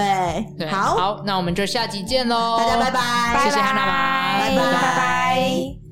S1: 对，
S2: 好，
S1: 好，那我们就下集见喽，
S2: 大家拜拜，
S1: 谢谢安娜妈，
S2: 拜拜
S3: 拜拜